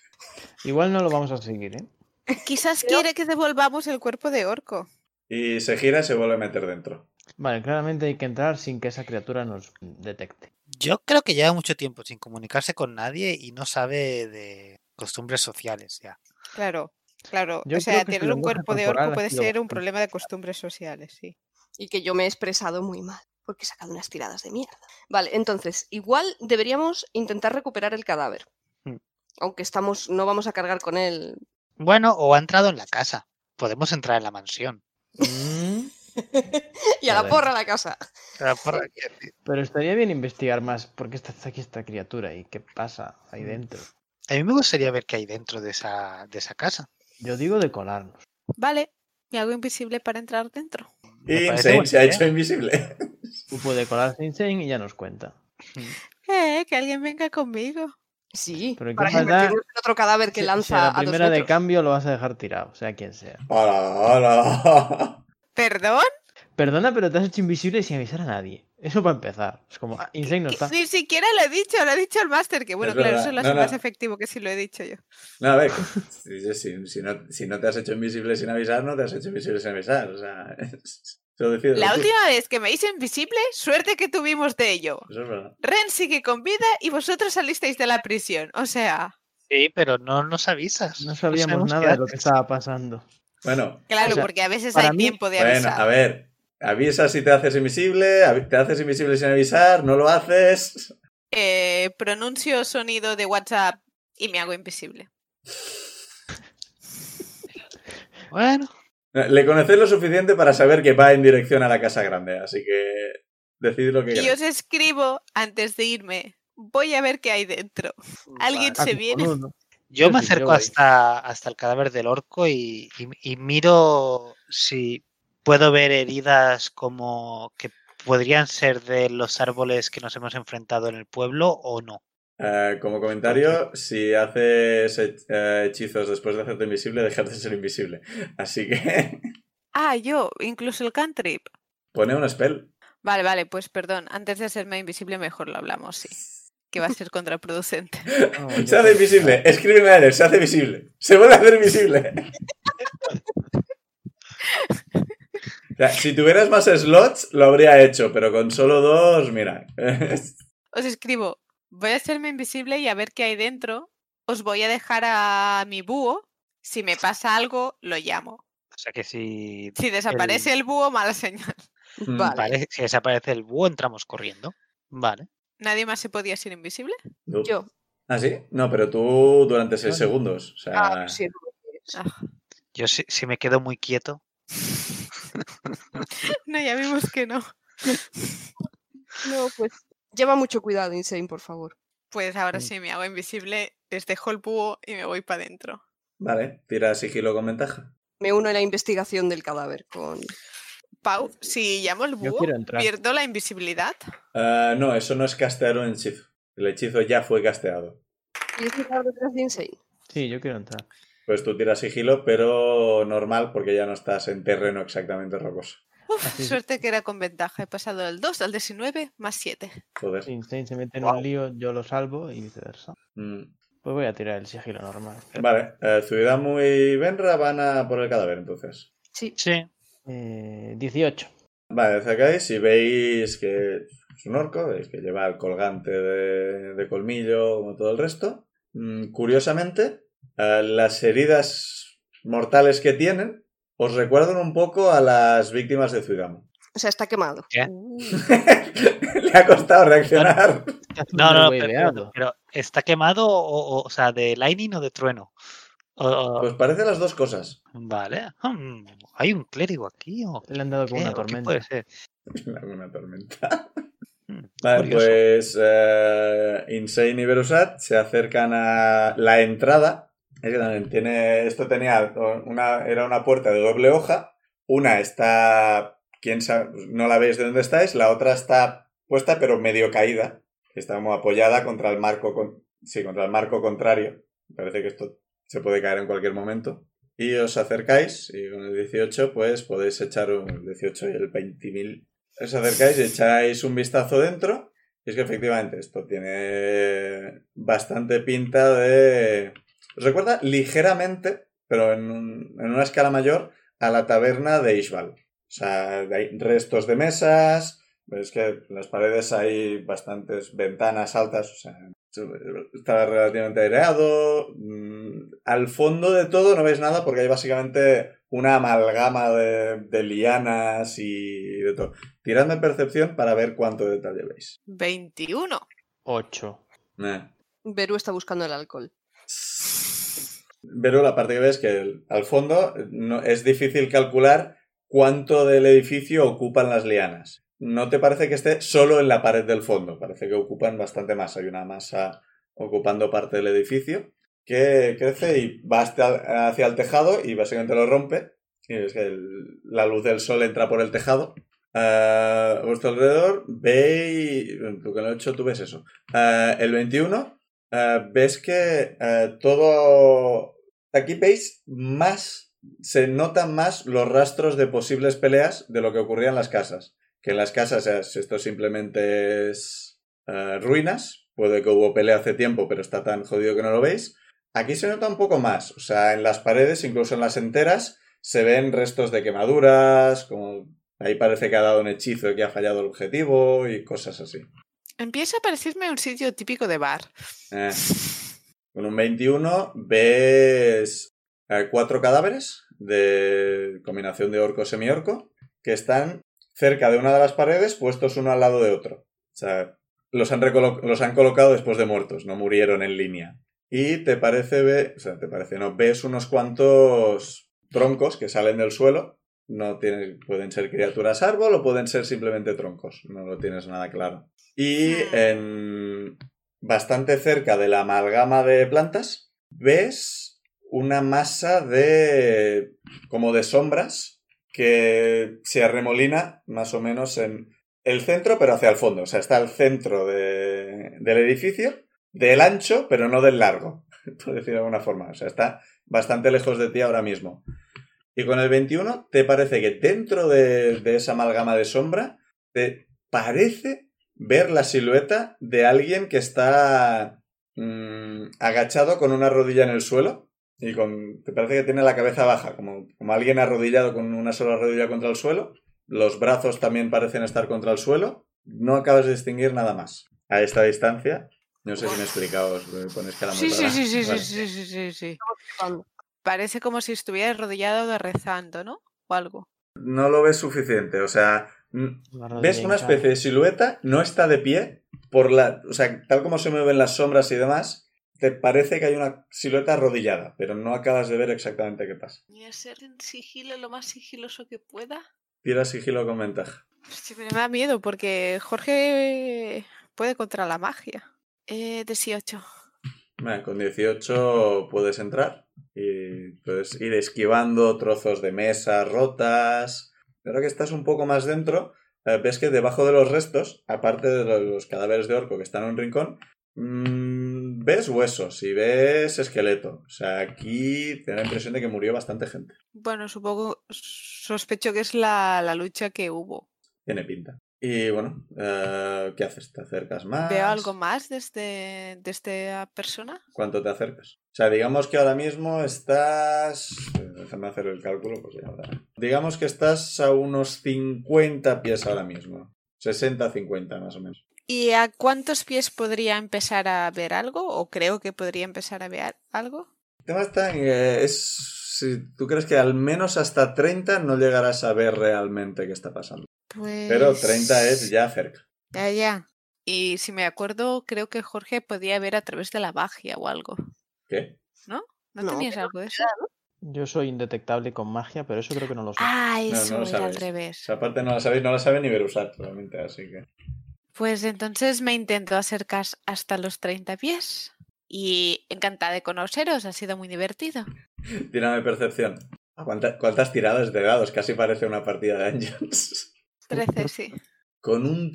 E: Igual no lo vamos a seguir, ¿eh?
F: Quizás
C: Creo-
F: quiere que devolvamos el cuerpo de orco.
A: Y se gira y se vuelve a meter dentro.
E: Vale, claramente hay que entrar sin que esa criatura nos detecte.
B: Yo creo que lleva mucho tiempo sin comunicarse con nadie y no sabe de costumbres sociales ya.
F: Claro.
G: Claro,
E: Yo
G: o
E: creo
G: sea,
E: que su
G: tener un
E: lenguaje
G: cuerpo de orco
E: corporal ha
G: puede
E: sido
G: ser un
E: bastante-
G: problema de costumbres sociales, sí.
C: y que yo me he expresado muy mal, porque he sacado unas tiradas de mierda. Vale, entonces, igual deberíamos intentar recuperar el cadáver.
B: Hmm.
C: Aunque estamos, no vamos a cargar con él.
B: Bueno, o ha entrado en la casa. Podemos entrar en la mansión.
C: y a la
A: Vale.
C: porra a la casa.
B: Ah, por aquí.
E: Pero estaría bien investigar más por qué está aquí esta criatura y qué pasa
C: Mm.
E: ahí dentro.
B: A mí me gustaría ver qué hay dentro de esa, de esa casa.
E: Yo digo de colarnos.
F: Vale, me hago invisible para entrar dentro.
B: Me
A: Y
B: parece
A: Insane
B: ¿eh? buena
A: se ha
B: idea.
A: hecho invisible.
E: Tú puede colarse Insane y ya nos cuenta.
F: Eh, que alguien venga conmigo.
C: Sí,
E: Pero ¿qué
C: para
E: más da
C: convertirnos en otro cadáver
E: Si-
C: que
E: si
C: lanza
E: a la
C: a dos
E: primera de
C: metros.
E: cambio lo vas a dejar tirado, sea quien sea.
A: Hola, hola.
F: ¿Perdón?
E: Perdona, pero te has hecho invisible sin avisar a nadie. Eso para empezar. Es como, ah, Insane no
F: Que
E: está.
F: Ni siquiera lo he dicho, lo ha dicho el máster, que bueno,
A: Es
F: claro,
A: verdad,
F: eso lo
A: no,
F: hace más
A: no.
F: efectivo que si lo he dicho yo.
A: No, a ver, si, si- si no, si no te has hecho invisible sin avisar, no te has hecho invisible sin avisar. O sea, es- eso decídelo
F: La
A: tú.
F: última vez que me hice invisible, suerte que tuvimos de ello.
A: Eso es verdad.
F: Ren sigue con vida y vosotros salisteis de la prisión. O sea,
B: Sí, pero no nos avisas.
E: No sabíamos
B: sabemos qué
E: nada de lo que
B: haces.
E: estaba pasando.
A: Bueno,
F: claro,
E: O sea,
F: porque a veces
E: para
F: hay
E: mí-
F: tiempo de
A: bueno,
F: avisar.
A: a ver. Avisas si te haces invisible, avi- te haces invisible sin avisar, no lo haces.
F: Eh, pronuncio sonido de WhatsApp y me hago invisible.
B: Bueno,
A: Le conocéis lo suficiente para saber que va en dirección a la casa grande, así que decidid lo que
F: Y
A: queráis.
F: os escribo antes de irme. Voy a ver qué hay dentro. Alguien
B: vale.
F: se viene.
E: cojonudo.
B: Yo me
E: sí, yo
B: acerco
E: voy.
B: hasta, hasta el cadáver del orco y, y- y miro si puedo ver heridas como que podrían ser de los árboles que nos hemos enfrentado en el pueblo o no.
A: Eh, como comentario, si haces hech- eh, hechizos después de hacerte invisible, dejas de ser invisible. Así que
F: Ah, yo, incluso el cantrip.
A: pone un spell.
F: Vale, vale, pues perdón. Antes de hacerme invisible, mejor lo hablamos, sí. Que va a ser contraproducente.
E: No, yo
A: Se hace
E: creo-
A: invisible, escribe en el aire, se hace visible. Se vuelve a hacer invisible. O sea, si tuvieras más slots, lo habría hecho, pero con solo dos, mira.
F: Os escribo, voy a hacerme invisible y a ver qué hay dentro. Os voy a dejar a mi búho. Si me pasa algo, lo llamo.
B: O sea que si,
F: Si desaparece el búho, mala señal.
C: Vale.
B: pare- si desaparece el búho, entramos corriendo. Vale.
F: ¿Nadie más se podía ser invisible?
A: Tú-
C: Yo.
A: ¿Ah, sí? No, pero tú durante seis
E: Claro.
A: segundos. O sea,
C: Ah, sí,
B: Yo si, si me quedo muy quieto.
F: No, ya vimos que no.
C: no, pues lleva mucho cuidado, Insane, por favor.
F: Pues ahora
E: Mm.
F: sí me hago invisible, les dejo el búho y me voy para adentro.
A: Vale, tira sigilo con ventaja.
C: Me uno a la investigación del cadáver con...
F: Pau, si llamo al
E: Pues Yo
F: búho,
E: quiero entrar.
F: pierdo la invisibilidad.
A: Ah, no, eso no es castear un hechizo. El hechizo ya fue casteado.
C: ¿Y es mirar detrás de Insane?
E: Sí, yo quiero entrar.
A: Pues tú tiras sigilo, pero normal, porque ya no estás en terreno exactamente rocoso.
F: Uf,
E: Así es.
F: suerte que era con ventaja. He pasado del 2 al 19 más 7.
A: Joder.
E: Si Insane se mete en
B: Guau.
E: un lío, yo lo salvo y viceversa.
A: Mm.
E: Pues voy a tirar el sigilo normal.
A: Vale, eh, Zuidamu y Benra van a por el cadáver, entonces.
C: Sí.
B: Sí.
E: Eh, 18.
A: Vale, acercáis y veis que es un orco, veis que lleva el colgante de, de colmillo como todo el resto. Mm, curiosamente, eh, las heridas mortales que tienen os recuerdan un poco a las víctimas de Zuidamu.
C: O sea, está quemado.
B: ¿Qué?
C: Uh,
A: Le ha costado reaccionar.
B: No, no, pero, pero-
E: Hueveado.
B: pero ¿está quemado o, o, o sea, de lightning o de trueno? O- o-
A: Pues parece las dos cosas.
B: vale. Hmm, ¿Hay un clérigo aquí o
E: Le han dado
B: Eh, qué?
E: como una
B: ¿O qué
E: Eh, tormenta.
B: puede ser?
A: Una tormenta.
B: Hmm,
A: Vale,
B: curioso.
A: pues eh, Insane y Verusat se acercan a la entrada. Es que también tiene. Esto tenía una. Era una puerta de doble hoja. Una está. quién sabe. pues, No la veis de dónde estáis. La otra está puesta, pero medio caída. Está como apoyada contra el marco. con- sí, contra el marco contrario. Parece que esto se puede caer en cualquier momento. Y os acercáis, y con el 18, pues podéis echar un el 18 y el 20.000. Os acercáis y echáis un vistazo dentro. Y es que efectivamente esto tiene bastante pinta de... Os recuerda ligeramente, pero en, un- en una escala mayor, a la taberna de Ishbal. O sea, hay restos de mesas. Veis que en las paredes hay bastantes ventanas altas. O sea, Está relativamente aireado. mm, Al fondo de todo no veis nada porque hay básicamente una amalgama de, de lianas y de todo. Tiradme percepción para ver cuánto detalle veis.
F: 21.
E: 8.
A: Eh.
C: Beru está buscando el alcohol.
A: Pero la parte que ves que el- al fondo no, es difícil calcular cuánto del edificio ocupan las lianas. No te parece que esté solo en la pared del fondo, parece que ocupan bastante más. Hay una masa ocupando parte del edificio que crece y va hasta- hacia el tejado y básicamente lo rompe. Y es que el- la luz del sol entra por el tejado. Ah, a vuestro alrededor veis... Tú que lo he hecho, tú ves eso. Ah, el 21 eh, ves que eh, todo... Aquí veis más, se notan más los rastros de posibles peleas de lo que ocurría en las casas. Que en las casas es- esto simplemente es eh, ruinas. Puede que hubo pelea hace tiempo, pero está tan jodido que no lo veis. Aquí se nota un poco más. O sea, en las paredes, incluso en las enteras, se ven restos de quemaduras, como... Ahí parece que ha dado un hechizo y que ha fallado el objetivo y cosas así.
F: Empieza a parecerme un sitio típico de bar.
A: Eh. Con un 21 ves eh, cuatro cadáveres de combinación de orco semiorco que están cerca de una de las paredes puestos uno al lado de otro. O sea, los han, recolo- los han colocado después de muertos, no murieron en línea. Y te parece, ve- o sea, te parece, no, ves unos cuantos troncos que salen del suelo. No tienen, pueden ser criaturas árbol o pueden ser simplemente troncos. No lo tienes nada claro. Y en, bastante cerca de la amalgama de plantas, ves una masa de. como de sombras que se arremolina más o menos en el centro, pero hacia el fondo. O sea, está al centro de- del edificio, del ancho, pero no del largo, por decirlo de alguna forma. O sea, está bastante lejos de ti ahora mismo. Y con el 21, ¿te parece que dentro de, de esa amalgama de sombra, te parece ver la silueta de alguien que está mm, agachado con una rodilla en el suelo y con te parece que tiene la cabeza baja, como, como alguien arrodillado con una sola rodilla contra el suelo. Los brazos también parecen estar contra el suelo. No acabas de distinguir nada más a esta distancia. No sé si me he explicado, os ponéis que la
F: Sí, sí,
A: montada.
F: sí, sí, sí,
A: Vale.
F: sí, sí, sí, sí. Parece como si estuviera rodeado de rezando, ¿no? O algo.
A: No lo ves suficiente, o sea, mm, Ves una especie de silueta, no está de pie, por la, o sea, tal como se mueven las sombras y demás, te parece que hay una silueta arrodillada, pero no acabas de ver exactamente qué pasa.
F: Y hacer en sigilo lo más sigiloso que pueda.
A: Tira sigilo con ventaja.
F: Sí, pero me da miedo porque Jorge puede contra la magia. Eh, 18.
A: Vale, con 18 puedes entrar y puedes ir esquivando trozos de mesa rotas. Ahora que estás un poco más dentro, eh, ves que debajo de los restos, aparte de lo- los cadáveres de orco que están en un rincón, mm, ves huesos y ves esqueleto. O sea, aquí te da la impresión de que murió bastante gente.
F: Bueno, supongo, sospecho que es la, la lucha que hubo.
A: Tiene pinta. Y bueno, eh, ¿qué haces? ¿Te acercas más?
F: ¿Veo algo más desde, de esta persona?
A: ¿Cuánto te acercas? O sea, digamos que ahora mismo estás... eh, Déjame hacer el cálculo, pues ya ahora. Digamos que estás a unos 50 pies ahora mismo. 60-50 más o menos.
F: ¿Y a cuántos pies podría empezar a ver algo? ¿O creo que podría empezar a ver algo?
A: El tema está en que es... Si tú crees que al menos hasta 30 no llegarás a ver realmente qué está pasando.
F: Pues...
A: Pero 30 es ya cerca.
F: Ya, ya. Y si me acuerdo, creo que Jorge podía ver a través de la magia o algo.
A: ¿Qué?
F: ¿No,
C: No,
F: tenías
C: pero
F: algo de eso?
E: Yo soy indetectable con magia, pero eso creo que no lo sé.
F: Ah,
A: No, no
F: eso
A: lo
F: era al
A: sabes. O
F: revés.
A: sea, aparte no la sabéis, no la sabe ni Berusat realmente, así que...
F: Pues entonces me intento acercar hasta los 30 pies. Y encantada de conoceros, ha sido muy divertido.
A: Tírame percepción. Ah, ¿Cuánta- ¿Cuántas tiradas de dados? Casi parece una partida de Dungeons.
F: 13, sí.
A: Con un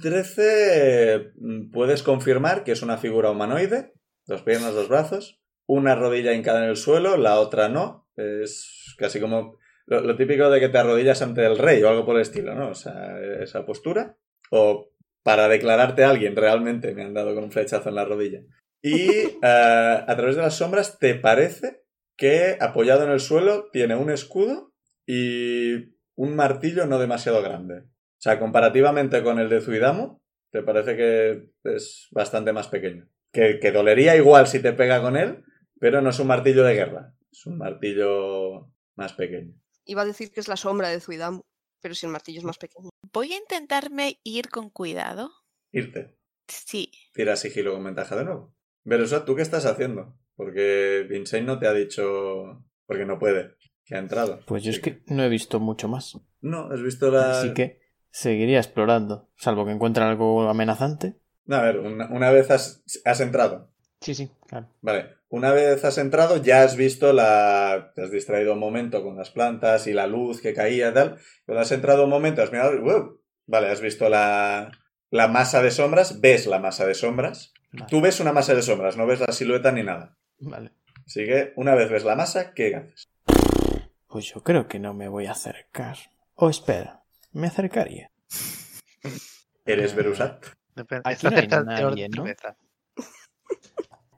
A: 13 mm, puedes confirmar que es una figura humanoide. Dos piernas, dos brazos. Una rodilla hincada en el suelo, la otra no. Es casi como lo, lo típico de que te arrodillas ante el rey o algo por el estilo, ¿no? O sea, esa postura. O para declararte a alguien, realmente me han dado con un flechazo en la rodilla. Y eh, a través de las sombras te parece que apoyado en el suelo tiene un escudo y un martillo no demasiado grande. O sea, comparativamente con el de Zuidamu, te parece que es bastante más pequeño. que, que dolería igual si te pega con él, pero no es un martillo de guerra. Es un martillo más pequeño.
C: Iba a decir que es la sombra de Zuidamu, pero si el martillo es más pequeño.
F: Voy a intentarme ir con cuidado.
A: Irte.
F: Sí.
A: Tira sigilo con ventaja de nuevo. Verosa, ¿tú qué estás haciendo? Porque Vincent no te ha dicho... Porque no puede. Que ha entrado.
D: Pues yo es que no he visto mucho más.
A: No, has visto la...
D: Así que seguiría explorando. Salvo que encuentren algo amenazante.
A: No, a ver, una, una vez has, has entrado.
E: Sí, sí, claro.
A: Vale, una vez has entrado ya has visto la... Te has distraído un momento con las plantas y la luz que caía y tal. Cuando has entrado un momento has mirado... ¡wow! Vale, has visto la... la masa de sombras, ves la masa de sombras.
E: Vale.
A: Tú ves una masa de sombras, no ves la silueta ni nada.
E: Vale.
A: Así que una vez ves la masa, ¿qué haces?
D: Pues yo creo que no me voy a acercar. O espera, me acercaría.
A: ¿Eres Berusat?
B: Depende-
E: Aquí
B: está
E: no hay
B: cerca del teor de
E: nadie, ¿no?
B: cerveza.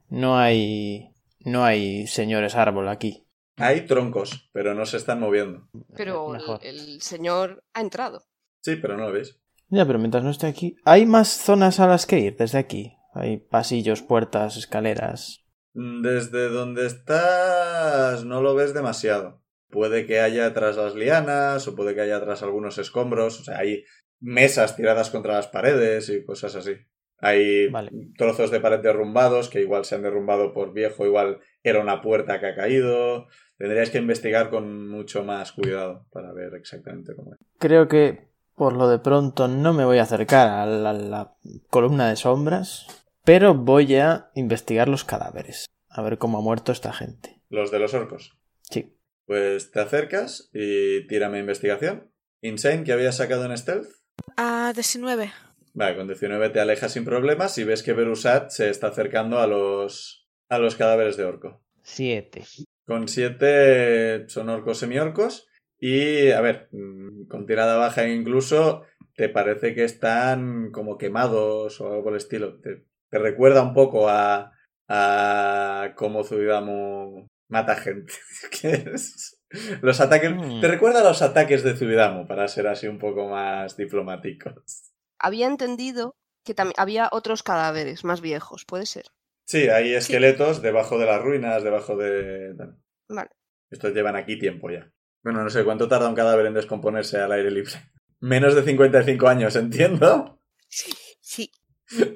D: No hay... No hay señores árbol aquí. Eh,
A: Hay troncos, pero no se están moviendo.
C: Pero el-
E: Eh, Mejor.
C: el, señor ha entrado.
A: Sí, pero no lo ves.
D: Ya, pero mientras no esté aquí... Hay más zonas a las que ir desde aquí. Hay pasillos, puertas, escaleras...
A: Mm, Desde donde estás no lo ves demasiado. Puede que haya tras las lianas o puede que haya tras algunos escombros. O sea, hay mesas tiradas contra las paredes y cosas así. Hay
D: Vale.
A: trozos de pared derrumbados que igual se han derrumbado por viejo, igual era una puerta que ha caído. Tendrías que investigar con mucho más cuidado para ver exactamente cómo es.
D: Creo que por lo de pronto no me voy a acercar a la, la columna de sombras, pero voy a investigar los cadáveres, a ver cómo ha muerto esta gente.
A: Los de los orcos.
D: Sí,
A: Pues te acercas y tírame investigación. Insane, que había sacado en stealth.
F: Ah, 19.
A: Vale, con 19 te alejas sin problemas y ves que Berusat se está acercando a los, a los cadáveres de orco.
E: Siete.
A: Con 7 son orcos semiorcos y, a ver, mm, con tirada baja incluso, te parece que están como quemados o algo por el estilo. Te, te recuerda un poco a, a cómo Zubidamu mata gente. que es- Los ataques...
D: Mm.
A: Te recuerda a los ataques de Zubidamu, para ser así un poco más diplomáticos.
C: Había entendido que también había otros cadáveres más viejos, puede ser.
A: Sí, hay esqueletos debajo de las ruinas, debajo de... tal.
C: Vale.
A: Estos llevan aquí tiempo ya. Bueno, no sé cuánto tarda un cadáver en descomponerse al aire libre. Menos de 55 años, entiendo.
F: Sí.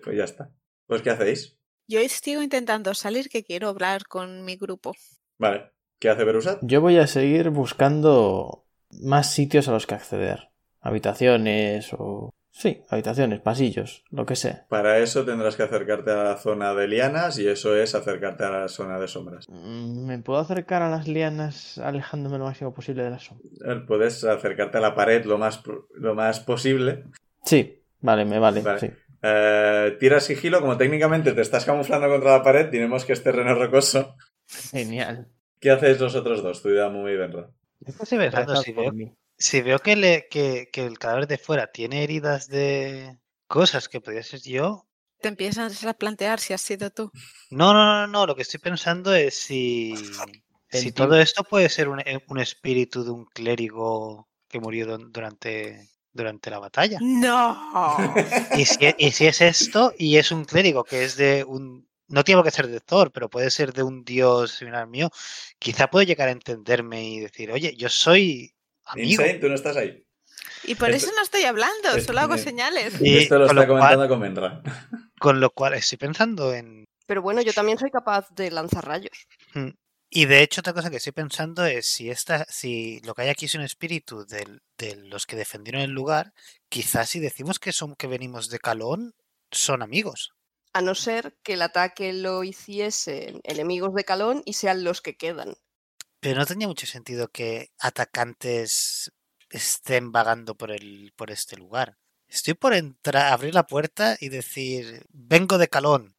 A: Pues ya está. Pues ¿qué hacéis?
F: Yo sigo intentando salir que quiero hablar con mi grupo.
A: Vale. ¿Qué hace Berusat?
D: yo voy a seguir buscando más sitios a los que acceder. Habitaciones o... Sí, habitaciones, pasillos, lo que sea.
A: Para eso tendrás que acercarte a la zona de lianas y eso es acercarte a la zona de sombras.
E: Mm, ¿Me puedo acercar a las lianas alejándome lo máximo posible de la sombra?
A: A ver, Eh, Puedes acercarte a la pared lo más, pro- lo más posible.
D: Sí, vale, me vale.
A: Vale.
D: sí.
A: Eh, tira sigilo, como técnicamente te estás camuflando contra la pared, tenemos que es terreno rocoso.
E: Genial.
A: ¿Qué hacéis los otros dos? Zuidamu y Benra.
B: Estoy pensando si
E: Rezad por
B: veo,
E: mí.
B: si veo que, le, que, que el cadáver de fuera tiene heridas de cosas que podría ser yo.
F: Te empiezas a plantear si has sido tú.
B: No, no, no, no. Lo que estoy pensando es si, si
E: Sentí-
B: todo esto puede ser un, eh, un espíritu de un clérigo que murió dun- durante, durante la batalla.
F: ¡No!
B: Y si, e, y si es esto y es un clérigo que es de un... No tiene que ser de Thor, pero puede ser de un dios similar al mío. Quizá puedo llegar a entenderme y decir, oye, yo soy amigo.
A: Insane, tú no estás ahí.
F: Y por eso no estoy hablando,
A: es-
F: solo hago
A: eh,
F: señales.
B: Y
A: Esto lo
B: con
A: está
B: lo cual-
A: comentando con Benra.
B: Con lo cual estoy pensando en...
C: Pero bueno, yo también soy capaz de lanzar rayos.
B: Y de hecho otra cosa que estoy pensando es si, esta, si lo que hay aquí es un espíritu del- de, los que defendieron el lugar, quizás si decimos que, son, que venimos de Calón, son amigos.
C: A no ser que el ataque lo hiciesen enemigos de Calón y sean los que quedan.
B: Pero no tenía mucho sentido que atacantes estén vagando por, el, por este lugar. Estoy por entrar, abrir la puerta y decir, vengo de Calón.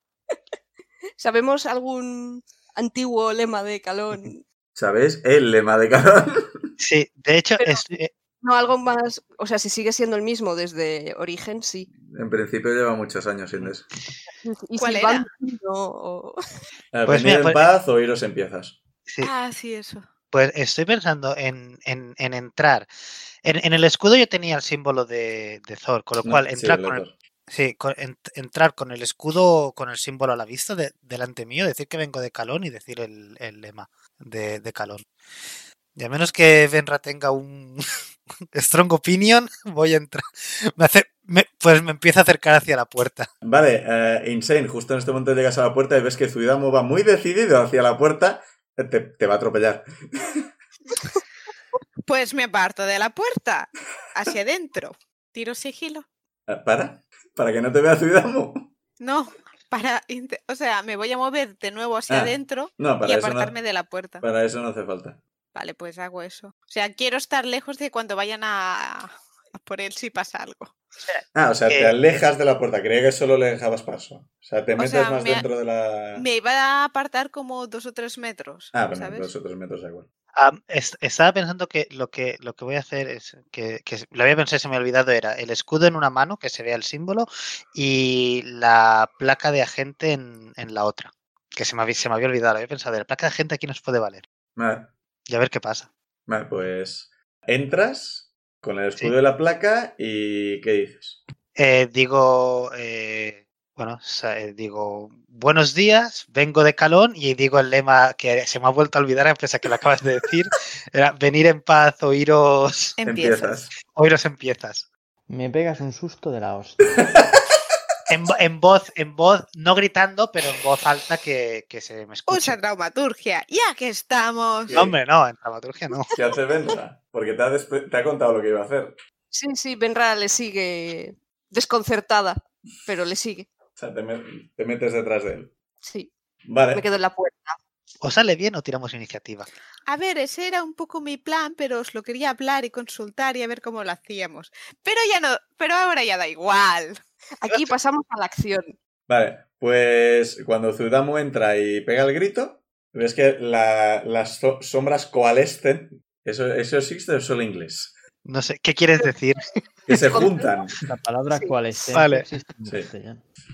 C: ¿Sabemos algún antiguo lema de Calón?
A: ¿Sabes? El lema de Calón.
B: Sí, de hecho,
C: Pero-
B: estoy- eh,
C: No, algo más. O sea, si sigue siendo el mismo desde origen, sí.
A: En principio lleva muchos años sin eso.
C: Y
F: ¿Cuál
C: si
F: era?
C: van, no, o-
A: Eh,
B: Pues
A: venid
B: mira,
A: en
B: pues-
A: paz o iros en piezas.
B: sí,
F: Ah, sí, eso.
B: pues estoy pensando en, en- en entrar. En, en el escudo yo tenía el símbolo de, de Thor, con lo
A: No,
B: cual
A: Ah, sí,
B: entrar
A: el
B: con el,
A: otro.
B: Sí, co- en- entrar con el escudo, con el símbolo a la vista de- delante mío, decir que vengo de Calón y decir el, el lema de, de Calón. Y a menos que Benra tenga un strong opinion, voy a entrar. Me hace, me- pues me empieza a acercar hacia la puerta.
A: Vale, eh, Insane, justo en este momento llegas a la puerta y ves que Zuidamo va muy decidido hacia la puerta, eh, te, te va a atropellar.
G: Pues me aparto de la puerta, hacia adentro.
F: Tiro sigilo.
A: Eh, ¿Para? ¿Para que no te vea Zuidamo?
G: No, para. inte- O sea, me voy a mover de nuevo hacia
A: Ah,
G: adentro
A: No,
G: y
A: para eso no,
G: apartarme de la puerta.
A: para eso no hace falta.
G: Vale, pues hago eso. O sea, quiero estar lejos de cuando vayan a, a por él si pasa algo.
A: Ah, o sea, te
B: Eh,
A: alejas de la puerta, creía que solo le dejabas paso. O sea, te
G: O
A: metes
G: sea,
A: más
G: me-
A: dentro de la...
G: Me iba a apartar como dos o tres metros.
A: Ah, bueno,
G: ¿sabes?
A: dos o tres metros da igual.
B: Ah, es- estaba pensando que lo que lo que voy a hacer es que, que lo había pensado y se me ha olvidado era el escudo en una mano que se vea el símbolo y la placa de agente en, en la otra que se me había, se me había olvidado lo había pensado la placa de agente aquí nos puede valer
A: Vale,
B: y a ver qué pasa
A: vale, pues entras con el escudo
B: Sí.
A: de la placa y ¿qué dices?
B: Eh, digo eh, bueno o sea, eh, digo buenos días vengo de Calón y digo el lema que se me ha vuelto a olvidar pese a que lo acabas de decir era venir en paz oíros
G: Empiezas.
B: oíros empiezas
E: Me pegas un susto de la hostia.
B: En, vo- en voz, en voz, no gritando, pero en voz alta que, que se me escuche.
G: Usa traumaturgia, ya que estamos.
A: Sí.
B: No, hombre, no, en dramaturgia no.
A: ¿Qué hace Benra? Porque te ha, despe- te ha contado lo que iba a hacer.
C: Sí, sí, Benra le sigue desconcertada, pero le sigue.
A: O sea, te, me- te metes detrás de él.
C: Sí, me
A: Vale,
C: quedo en la puerta.
B: O sale bien o tiramos iniciativa.
G: A ver, ese era un poco mi plan, pero os lo quería hablar y consultar y a ver cómo lo hacíamos. Pero ya no, pero ahora ya da igual.
C: Aquí pasamos a la acción.
A: vale. Pues cuando Zuidamu entra y pega el grito, ves que la- las so- sombras coalescen. Eso, eso existe en solo inglés.
B: No sé, ¿qué quieres decir?
A: Que se juntan.
E: La palabra
C: Sí.
E: cuál es.
B: Vale.
A: Sí.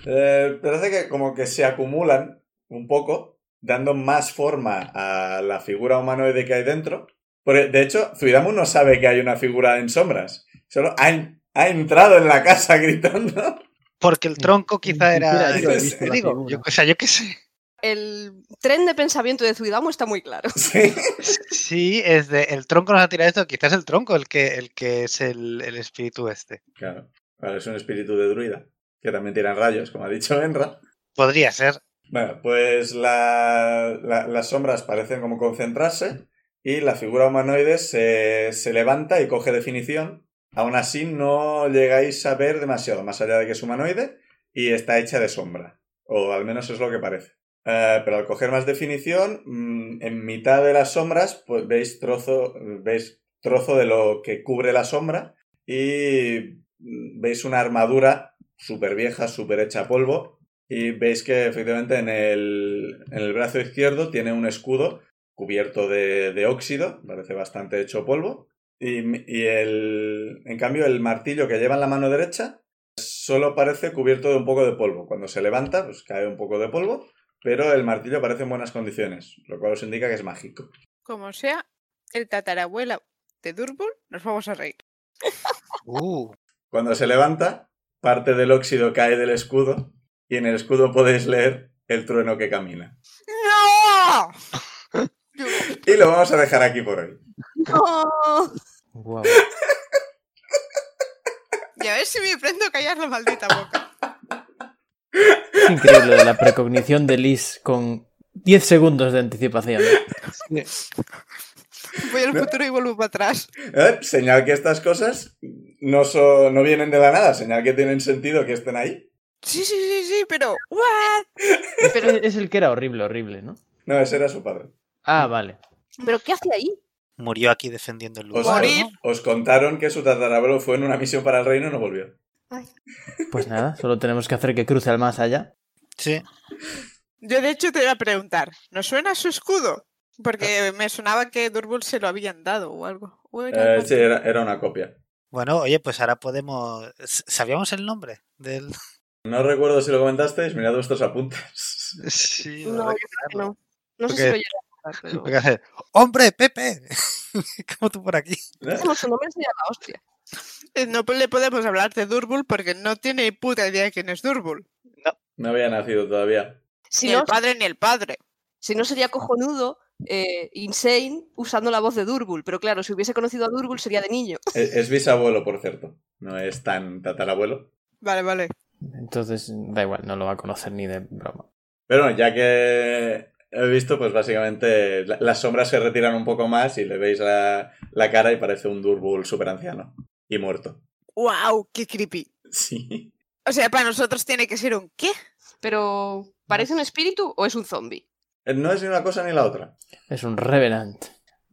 A: Eh, parece que como que se acumulan un poco, dando más forma a la figura humanoide que hay dentro. Porque, de hecho, Zuidamu no sabe que hay una figura en sombras. Solo ha, en- ha entrado en la casa gritando.
B: Porque el
E: Ni-
B: tronco quizá
E: ni
B: era.
E: siquiera yo
A: he
E: visto la
B: digo,
E: figura.
B: yo- o sea, yo qué sé.
C: El tren de pensamiento de Zuidamo está muy claro.
A: Sí.
B: Sí, es de el tronco nos ha tirado esto, quizás el tronco el que, el que es el, el espíritu este.
A: Claro. Vale, es un espíritu de druida. Que también tiran rayos, como ha dicho Enra.
B: Podría ser.
A: Bueno, pues la- la- las sombras parecen como concentrarse y la figura humanoide se, se levanta y coge definición. Aún así no llegáis a ver demasiado, más allá de que es humanoide y está hecha de sombra. O al menos es lo que parece. Eh, pero al coger más definición, mm, en mitad de las sombras pues, veis, trozo, veis trozo de lo que cubre la sombra y mm, veis una armadura súper vieja, súper hecha a polvo, y veis que efectivamente en el, en el brazo izquierdo tiene un escudo cubierto de, de óxido, parece bastante hecho polvo. Y, m- y el, en cambio el martillo que lleva en la mano derecha solo parece cubierto de un poco de polvo. Cuando se levanta, pues cae un poco de polvo, pero el martillo parece en buenas condiciones, lo cual os indica que es mágico.
G: Como sea, el tatarabuela de Durbul, nos vamos a reír.
B: Uh,
A: Cuando se levanta, parte del óxido cae del escudo y en el escudo podéis leer el trueno que camina.
G: ¡No!
A: Y lo vamos a dejar aquí por hoy.
C: ¡No!
E: Guau.
G: Y a ver si me aprendo a callar la maldita boca.
E: Es increíble lo de la precognición de Liz con 10 segundos de anticipación.
G: Voy al
A: No.
G: futuro y vuelvo para atrás.
A: Eh, Señal que estas cosas no, son- no vienen de la nada, señal que tienen sentido que estén ahí.
G: Sí, sí, sí, sí, pero. ¿What?
E: Pero es el que era horrible, horrible, ¿no?
A: No, ese era su padre.
E: Ah, vale.
C: ¿Pero qué hace ahí?
B: murió aquí defendiendo el
A: Os,
B: lugar.
G: Morir.
B: ¿no?
A: os contaron que su tatarabuelo fue en una misión para el reino y no volvió.
E: Pues nada, solo tenemos que hacer que cruce al más allá.
B: Sí.
G: Yo de hecho te iba a preguntar, ¿no suena su escudo?
A: Ah.
G: Porque me sonaba que Durbul se lo habían dado o algo. O era
A: Eh,
G: algo
A: sí,
G: así.
A: era, era una copia.
B: Bueno, oye, pues ahora podemos. ¿Sabíamos el nombre del.?
A: No recuerdo si lo comentasteis, mirad vuestros apuntes.
B: Sí,
C: No,
B: habrá
C: yo
B: que
C: creo que
B: mirarlo.
C: no. No sé
B: Porque-
C: si lo llevo a contar, pero...
B: Lo que hace, ¡Hombre, Pepe! ¿Cómo tú por aquí?
A: Eh,
C: Como su nombre sería la hostia.
G: Eh, No le podemos hablar de Durbul porque no tiene ni puta idea de quién es Durbul.
A: No había nacido todavía.
C: Si
G: ni
C: no,
G: el padre ni el padre.
C: si no sería cojonudo eh, Insane usando la voz de Durbul. Pero claro, si hubiese conocido a Durbul sería de niño.
A: Es, es bisabuelo, por cierto. No es tan tatarabuelo.
G: Vale, vale.
D: Entonces, da igual, no lo va a conocer ni de broma.
A: Pero bueno, ya que he visto, pues básicamente la- las sombras se retiran un poco más y le veis la, la cara y parece un Durbul super anciano y muerto.
G: ¡Wow! ¡Qué creepy!
A: Sí.
G: O sea, para nosotros tiene que ser un qué.
C: Pero, ¿parece un espíritu o es un zombie?
A: Eh, No es ni una cosa ni la otra.
D: Es un Revenant.